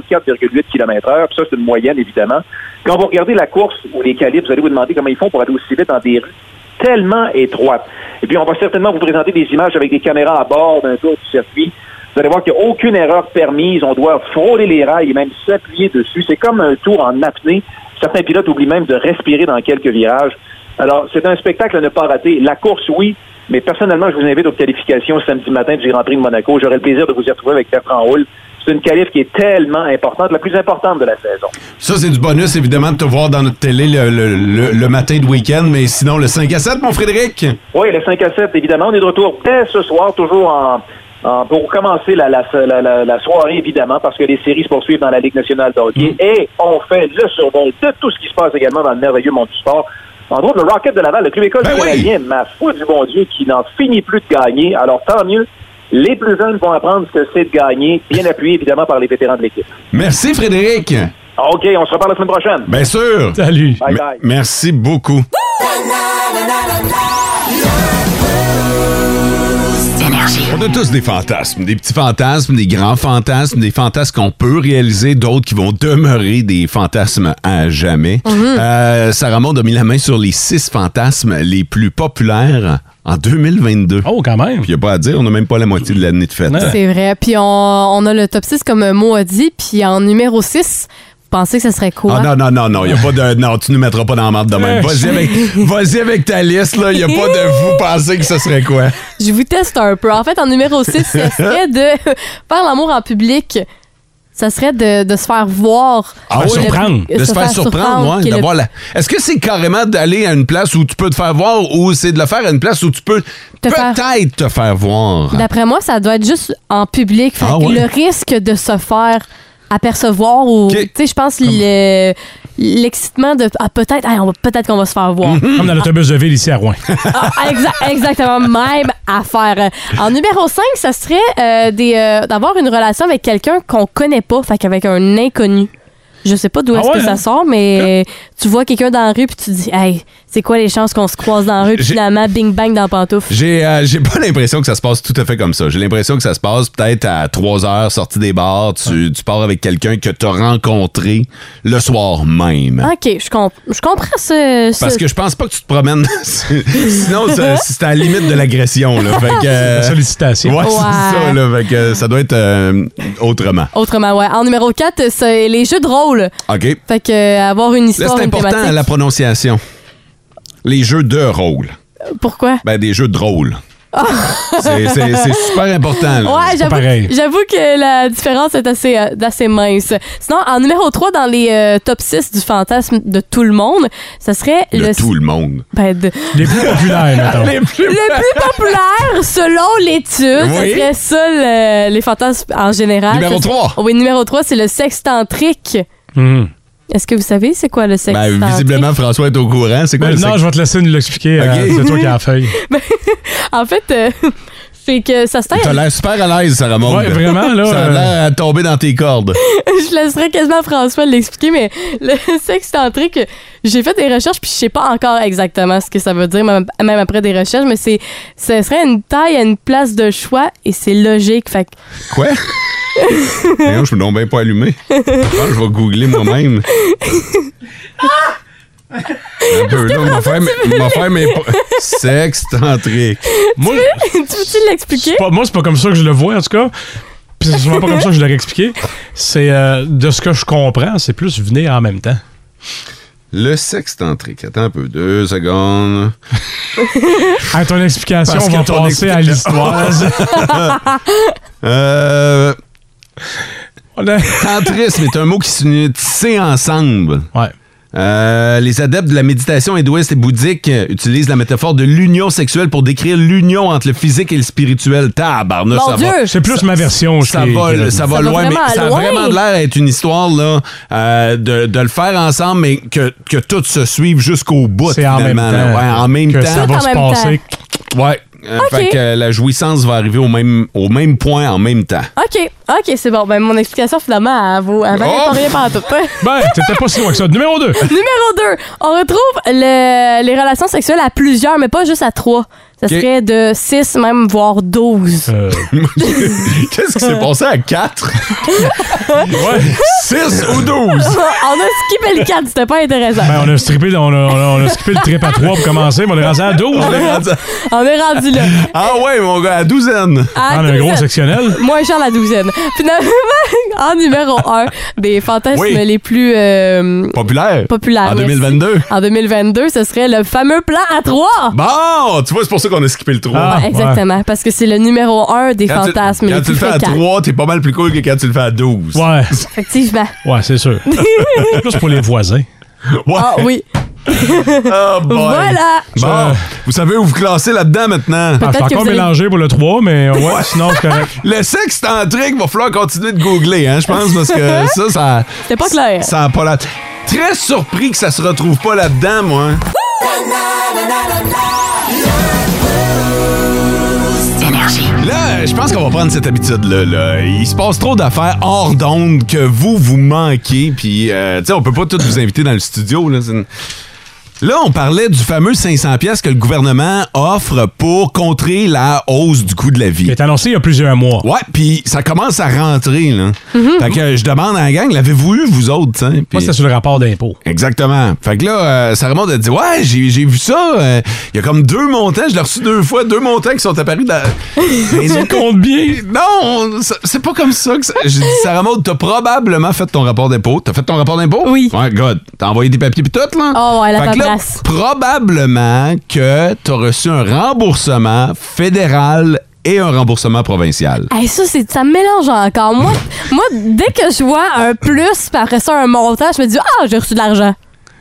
164,8 km heure. Ça, c'est une moyenne, évidemment. Quand vous regardez la course ou les calibres, vous allez vous demander comment ils font pour aller aussi vite dans des rues tellement étroites. Et puis, on va certainement vous présenter des images avec des caméras à bord d'un tour du circuit. Vous allez voir qu'il n'y a aucune erreur permise. On doit frôler les rails et même s'appuyer dessus. C'est comme un tour en apnée. Certains pilotes oublient même de respirer dans quelques virages. Alors, c'est un spectacle à ne pas rater. La course, oui, mais personnellement, je vous invite aux qualifications samedi matin du Grand Prix de Monaco. J'aurai le plaisir de vous y retrouver avec Bertrand Houle. C'est une qualif qui est tellement importante, la plus importante de la saison. Ça, c'est du bonus, évidemment, de te voir dans notre télé le, le- le- le matin de week-end, mais sinon, le 5 à 7, mon Frédéric? Oui, le 5 à 7, évidemment. On est de retour dès ce soir, toujours en, en- pour commencer la, la- la- la- la soirée, évidemment, parce que les séries se poursuivent dans la Ligue nationale de Mm. hockey. Et on fait le survol de tout ce qui se passe également dans le merveilleux monde du sport. Entre autres, le Rocket de Laval, le club école Ben canadien, ma foi du bon Dieu, qui n'en finit plus de gagner. Alors, tant mieux. Les plus jeunes vont apprendre ce que c'est de gagner, bien appuyé, évidemment, par les vétérans de l'équipe. Merci, Frédéric. OK, on se reparle la semaine prochaine. Bien sûr. Salut. Bye Me- bye. Merci beaucoup. On a tous des fantasmes, des petits fantasmes, des grands fantasmes, des fantasmes qu'on peut réaliser, d'autres qui vont demeurer des fantasmes à jamais. Mhm. Euh, Sarah Maud a mis la main sur les six fantasmes les plus populaires en 2022. Oh, quand même! Puis il n'y a pas à dire, on n'a même pas la moitié de l'année de fête. C'est vrai. Puis on, on a le top 6 comme Mo a dit. Puis en numéro 6, vous pensez que ce serait quoi? Ah non, non, non, non, y a pas de. Non, tu nous mettras pas dans la marde de même. Ah, Vas-y avec, vas-y avec ta liste, là. Y a pas de vous pensez que ce serait quoi. Je vous teste un peu. En fait, en numéro 6, ce serait de faire l'amour en public. Ça serait de, de se faire voir. Ah, Le- surprendre. euh, De se, faire, surprendre, ouais, qui est le- d'avoir la- Est-ce que c'est carrément d'aller à une place où tu peux te faire voir ou c'est de le faire à une place où tu peux faire- peut-être te faire voir? D'après moi, ça doit être juste en public. Fait Ah que ouais. Le risque de se faire apercevoir ou. Tu sais, je pense le- l'excitement de. Ah, peut-être. ah, on va- peut-être qu'on va se faire voir. Comme dans l'autobus de ville ici à Rouen. Ah, exa- exactement, même affaire. En numéro 5, ça serait euh, des, euh, d'avoir une relation avec quelqu'un qu'on connaît pas, fait qu'avec un inconnu. Je sais pas d'où Ah est-ce ouais, que ça hein? sort, mais tu vois quelqu'un dans la rue puis tu dis, hey, c'est quoi les chances qu'on se croise dans la rue puis J'ai- finalement, bing bang dans la pantoufle. J'ai euh, j'ai pas l'impression que ça se passe tout à fait comme ça. J'ai l'impression que ça se passe peut-être à 3 heures, sortie des bars, tu, tu pars avec quelqu'un que tu as rencontré le soir même. Ok, je, comp- je comprends ce. ce- Ben. Parce que je pense pas que tu te promènes. Sinon, ça- c'est à la limite de l'agression. là. Fait que, euh, La sollicitation. Ouais, c'est Ouais. ça. Là, fait que, euh, ça doit être euh, autrement. Autrement, ouais. En numéro 4, c'est les jeux de rôle. OK. Fait que euh, avoir une Là, histoire, c'est une important thématique. la prononciation. Les jeux de rôle. Pourquoi? Ben, des jeux de rôle. C'est c'est- c'est super important. là. Ouais, j'avoue, j'avoue que la différence est assez, euh, assez mince. Sinon, en numéro 3, dans les euh, top 6 du fantasme de tout le monde, ça serait De le. tout le monde. ben, de- Les plus populaires, mettons. Les plus le plus populaire, selon l'étude, Oui. ça serait ça, le- les fantasmes en général. Numéro Ça- trois. Oui, numéro 3, c'est le sexe tantrique. Hmm. Est-ce que vous savez c'est quoi le sexe Ben, tantrique? visiblement, François est au courant. C'est quoi Ben, le non, sexe- je vais te laisser nous l'expliquer. euh, Ok. c'est toi qui as la feuille. En fait, euh, c'est que ça se tient T'as l'air super à l'aise, Sarah Maud. Ouais, vraiment, là, Ça a euh, l'air à tomber dans tes cordes. je laisserai quasiment François l'expliquer, mais le sexe tantrique, j'ai fait des recherches puis je sais pas encore exactement ce que ça veut dire, même même après des recherches, mais c'est, ce serait une taille à une place de choix et c'est logique. Fait que Quoi? Voyons, je me donc bien pas allumé. Je pense que je vais googler moi-même. Un peu, là, on va faire, mes- on va faire mes... Sexe tantrique. Moi, tu veux-tu l'expliquer? c'est pas- moi, c'est pas comme ça que je le vois, en tout cas. Puis c'est souvent pas comme ça que je l'aurais expliqué. C'est euh, de ce que je comprends, c'est plus venez en même temps. Le sexe tantrique. Attends un peu. Deux secondes. À ton explication, Parce on que va ton passer à l'histoire. Euh... Tantrisme est un mot qui signifie tisser ensemble. Euh, les adeptes de la méditation hindouiste et bouddhique euh, utilisent la métaphore de l'union sexuelle pour décrire l'union entre le physique et le spirituel. Tabarnak, Mon ça Dieu! va. C'est plus ma version, je Ça qui- va, qui l'a dit. ça va Ça va loin, mais vraiment ça a loin. vraiment de l'air d'être une histoire là, euh, de, de le faire ensemble, mais que, que tout se suive jusqu'au bout. C'est en même finalement, là. temps. Ouais, en même Que temps. ça va Tout en se même temps. passer. Ouais. Euh, Ok. fait que euh, la jouissance va arriver au même, au même point en même temps. OK, OK, c'est bon. Ben, mon explication, finalement, elle vaut, elle valait Oh! pas rien hein. par tout. Ben, t'étais pas si loin que ça. Numéro 2. Numéro 2, on retrouve le- les relations sexuelles à plusieurs, mais pas juste à trois. Ça serait de 6, même voire 12. Euh. Qu'est-ce qui s'est passé à 4? ouais, 6 ou 12? on a skippé le 4, c'était pas intéressant. Ben, on a strippé, on a, on a- on a skippé le trip à 3 pour commencer, mais on est rendu à 12. On est rendu à- On est rendu là. Ah ouais, mon gars, à douzaine. À on a un Ah, gros douzaine. sectionnel. Moins cher la douzaine. Finalement, en numéro 1, des fantasmes Oui. les plus euh, Populaire. populaires. En merci. 2022. En 2022, ce serait le fameux plan à 3. Bon, tu vois, c'est pour ça qu'on a skippé le 3. Ah, Ah, exactement, parce que c'est le numéro 1 des Quand tu- fantasmes quand les tu plus le fais à fréquents. 3, t'es pas mal plus cool que quand tu le fais à 12. Ouais. Effectivement. Ouais, c'est sûr. Plus pour les voisins. Ouais. Oh, Ah oui. boy. Voilà. Bon, vous savez où vous classez là-dedans maintenant? Ah, je suis encore mélangé pour le 3, mais euh, ouais, sinon, c'est correct. Le sexe tantrique, va falloir continuer de googler, hein, je pense, parce que ça, ça. C'est pas clair. Ça a pas la. Très surpris que ça se retrouve pas là-dedans, moi. Là, je pense qu'on va prendre cette habitude-là. là. Il se passe trop d'affaires hors d'onde que vous, vous manquez. Puis, euh, tu sais, on peut pas tous vous inviter dans le studio. Là, C'est une- Là, on parlait du fameux 500 pièces que le gouvernement offre pour contrer la hausse du coût de la vie. Qui est annoncé il y a plusieurs mois. Ouais, puis ça commence à rentrer. Là. Fait que je demande à la gang, l'avez-vous eu, vous autres? t'sais? Puis- Moi, c'est sur le rapport d'impôt. Exactement. Fait que là, euh, ça remonte à dire Ouais, j'ai j'ai vu ça. euh, Il y a comme deux montants, je l'ai reçu deux fois, deux montants qui sont apparus dans. Tu comptes bien. Non, on- ça- c'est pas comme ça que ça. J'ai dit, Sarah Maud, t'as probablement fait ton rapport d'impôt. T'as fait ton rapport d'impôt? Oui. Ouais, God. T'as envoyé des papiers pis tout, là? Oh, ouais, la Fait que là, paperasse. probablement que t'as reçu un remboursement fédéral et un remboursement provincial. Hey, ça, c'est, ça me mélange encore. Moi, moi, dès que je vois un plus, puis après ça, un montant, je me dis, ah, j'ai reçu de l'argent.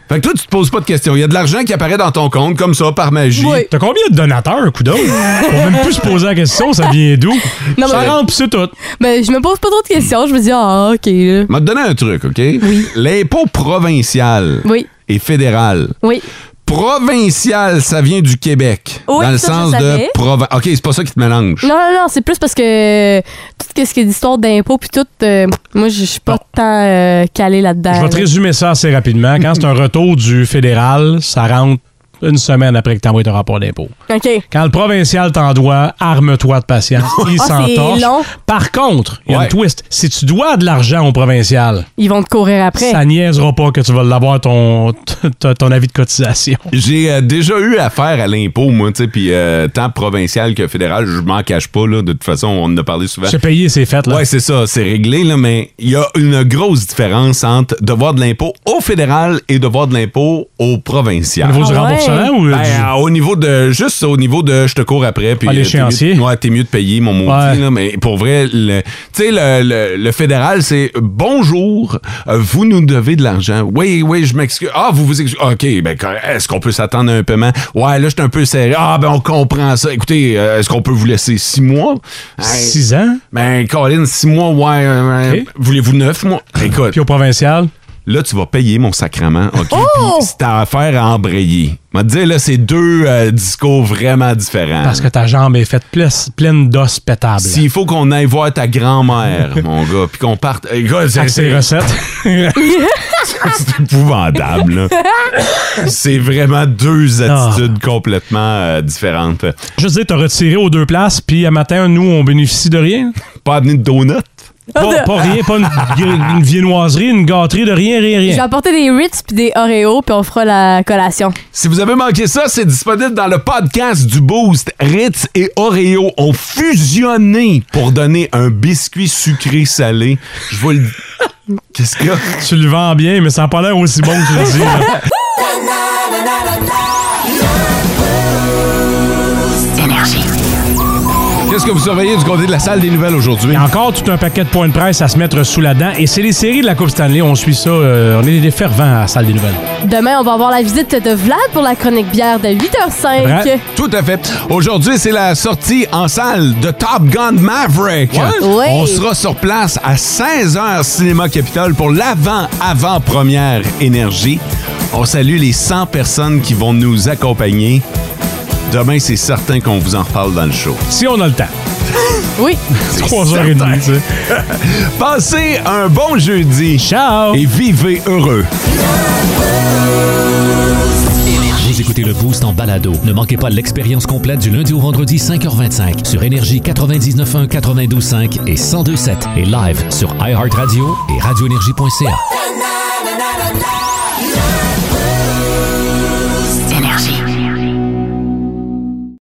Fait que toi, tu te poses pas de questions. Il y a de l'argent qui apparaît dans ton compte, comme ça, par magie. T'as combien de donateurs, coup d'œil? On va même plus se poser la question, ça vient d'où? Non, Ça mais- rentre, pis c'est tout. Ben, je me pose pas trop de questions. Je me dis, ah, OK. là. m'a donné un truc, OK? L'impôt provincial Oui. et fédéral. Oui. Provincial, ça vient du Québec. Oui, dans le ça, je sens de savais. province. OK, c'est pas ça qui te mélange. Non, non, non, c'est plus parce que tout ce qui est d'histoire d'impôts, puis tout, euh, moi, je suis pas tant euh, calée là-dedans. Ah. Je vais te là. résumer ça assez rapidement. Quand c'est un retour du fédéral, ça rentre une semaine après que tu envoies ton rapport d'impôt. OK. Quand le provincial t'en doit, arme-toi de patience. Il Ah, c'est s'entorche. long. Par contre, il y a un twist. Si tu dois de l'argent au provincial, Ils vont te courir après. ça niaisera pas que tu vas l'avoir ton, ton- ton avis de cotisation. J'ai euh, déjà eu affaire à l'impôt, moi, tu sais, puis euh, tant provincial que fédéral, je m'en cache pas, là. De toute façon, on en a parlé souvent. Se payer, c'est fait. Là. Ouais, c'est ça, c'est réglé, là, mais il y a une grosse différence entre devoir de l'impôt au fédéral et devoir de l'impôt au provincial. Au niveau du Ah ouais? remboursement ou, euh, Ben, du- euh, au niveau de. Juste au niveau de je te cours après. Puis, Ah, euh, l'échéancier? t'es mieux- Ouais, t'es mieux de payer, mon maudit, Ouais. là, mais pour vrai, le- tu sais, le, le- le fédéral, c'est bonjour, euh, vous nous devez de l'argent. Oui, oui, je m'excuse. Ah, vous vous excusez. OK, ben, quand- est-ce qu'on peut s'attendre à un paiement? Ouais, là, je suis un peu serré. Ah, ben, on comprend ça. Écoutez, euh, est-ce qu'on peut vous laisser six mois? Six ans? Ben, Colin, six mois, ouais. euh, OK. Voulez-vous neuf mois? Écoute. Puis au provincial? Là, tu vas payer mon sacrement, OK? Oh! Puis c'est à affaire à embrayer. M'a dit, là, c'est deux euh, discours vraiment Ah. différents. Parce que ta jambe est faite ple- pleine d'os pétables. S'il faut qu'on aille voir ta grand-mère, mon gars, puis qu'on parte. Eh, gars, Fait que c'est recette. c'est épouvantable, là. C'est vraiment deux Ah. attitudes complètement euh, différentes. Juste dire, t'as retiré aux deux places, puis à matin, nous, on bénéficie de rien. Pas amené de donuts? Pas, pas rien, pas une, une viennoiserie, une gâterie, de rien, rien, Je vais rien. apporter des Ritz puis des Oreos, puis on fera la collation. Si vous avez manqué ça, c'est disponible dans le podcast du Boost. Ritz et Oreo ont fusionné pour donner un biscuit sucré salé. Je vous le Qu'est-ce que Tu le vends bien, mais ça n'a pas l'air aussi bon que tu le dis. là. Qu'est-ce que vous surveillez du côté de la salle des nouvelles aujourd'hui? Il y a encore tout un paquet de points de presse à se mettre sous la dent. Et c'est les séries de la Coupe Stanley. On suit ça. euh, on est des fervents à la salle des nouvelles. Demain, on va avoir la visite de Vlad pour la chronique bière de 8h05. Vrai? Tout à fait. Aujourd'hui, c'est la sortie en salle de Top Gun Maverick. Ouais. On sera sur place à 16h Cinéma Capitole pour l'avant-avant-première énergie. On salue les 100 personnes qui vont nous accompagner. Demain, c'est certain qu'on vous en reparle dans le show. Si on a le temps. Oui. 3h30, tu sais. Passez un bon jeudi. Ciao. Et vivez heureux. Vous écoutez le Boost en balado. Ne manquez pas l'expérience complète du lundi au vendredi 5h25 sur Énergie 99.1, 92.5 et 102.7 et live sur iHeartRadio et radioénergie.ca. Na, na, na, na, na.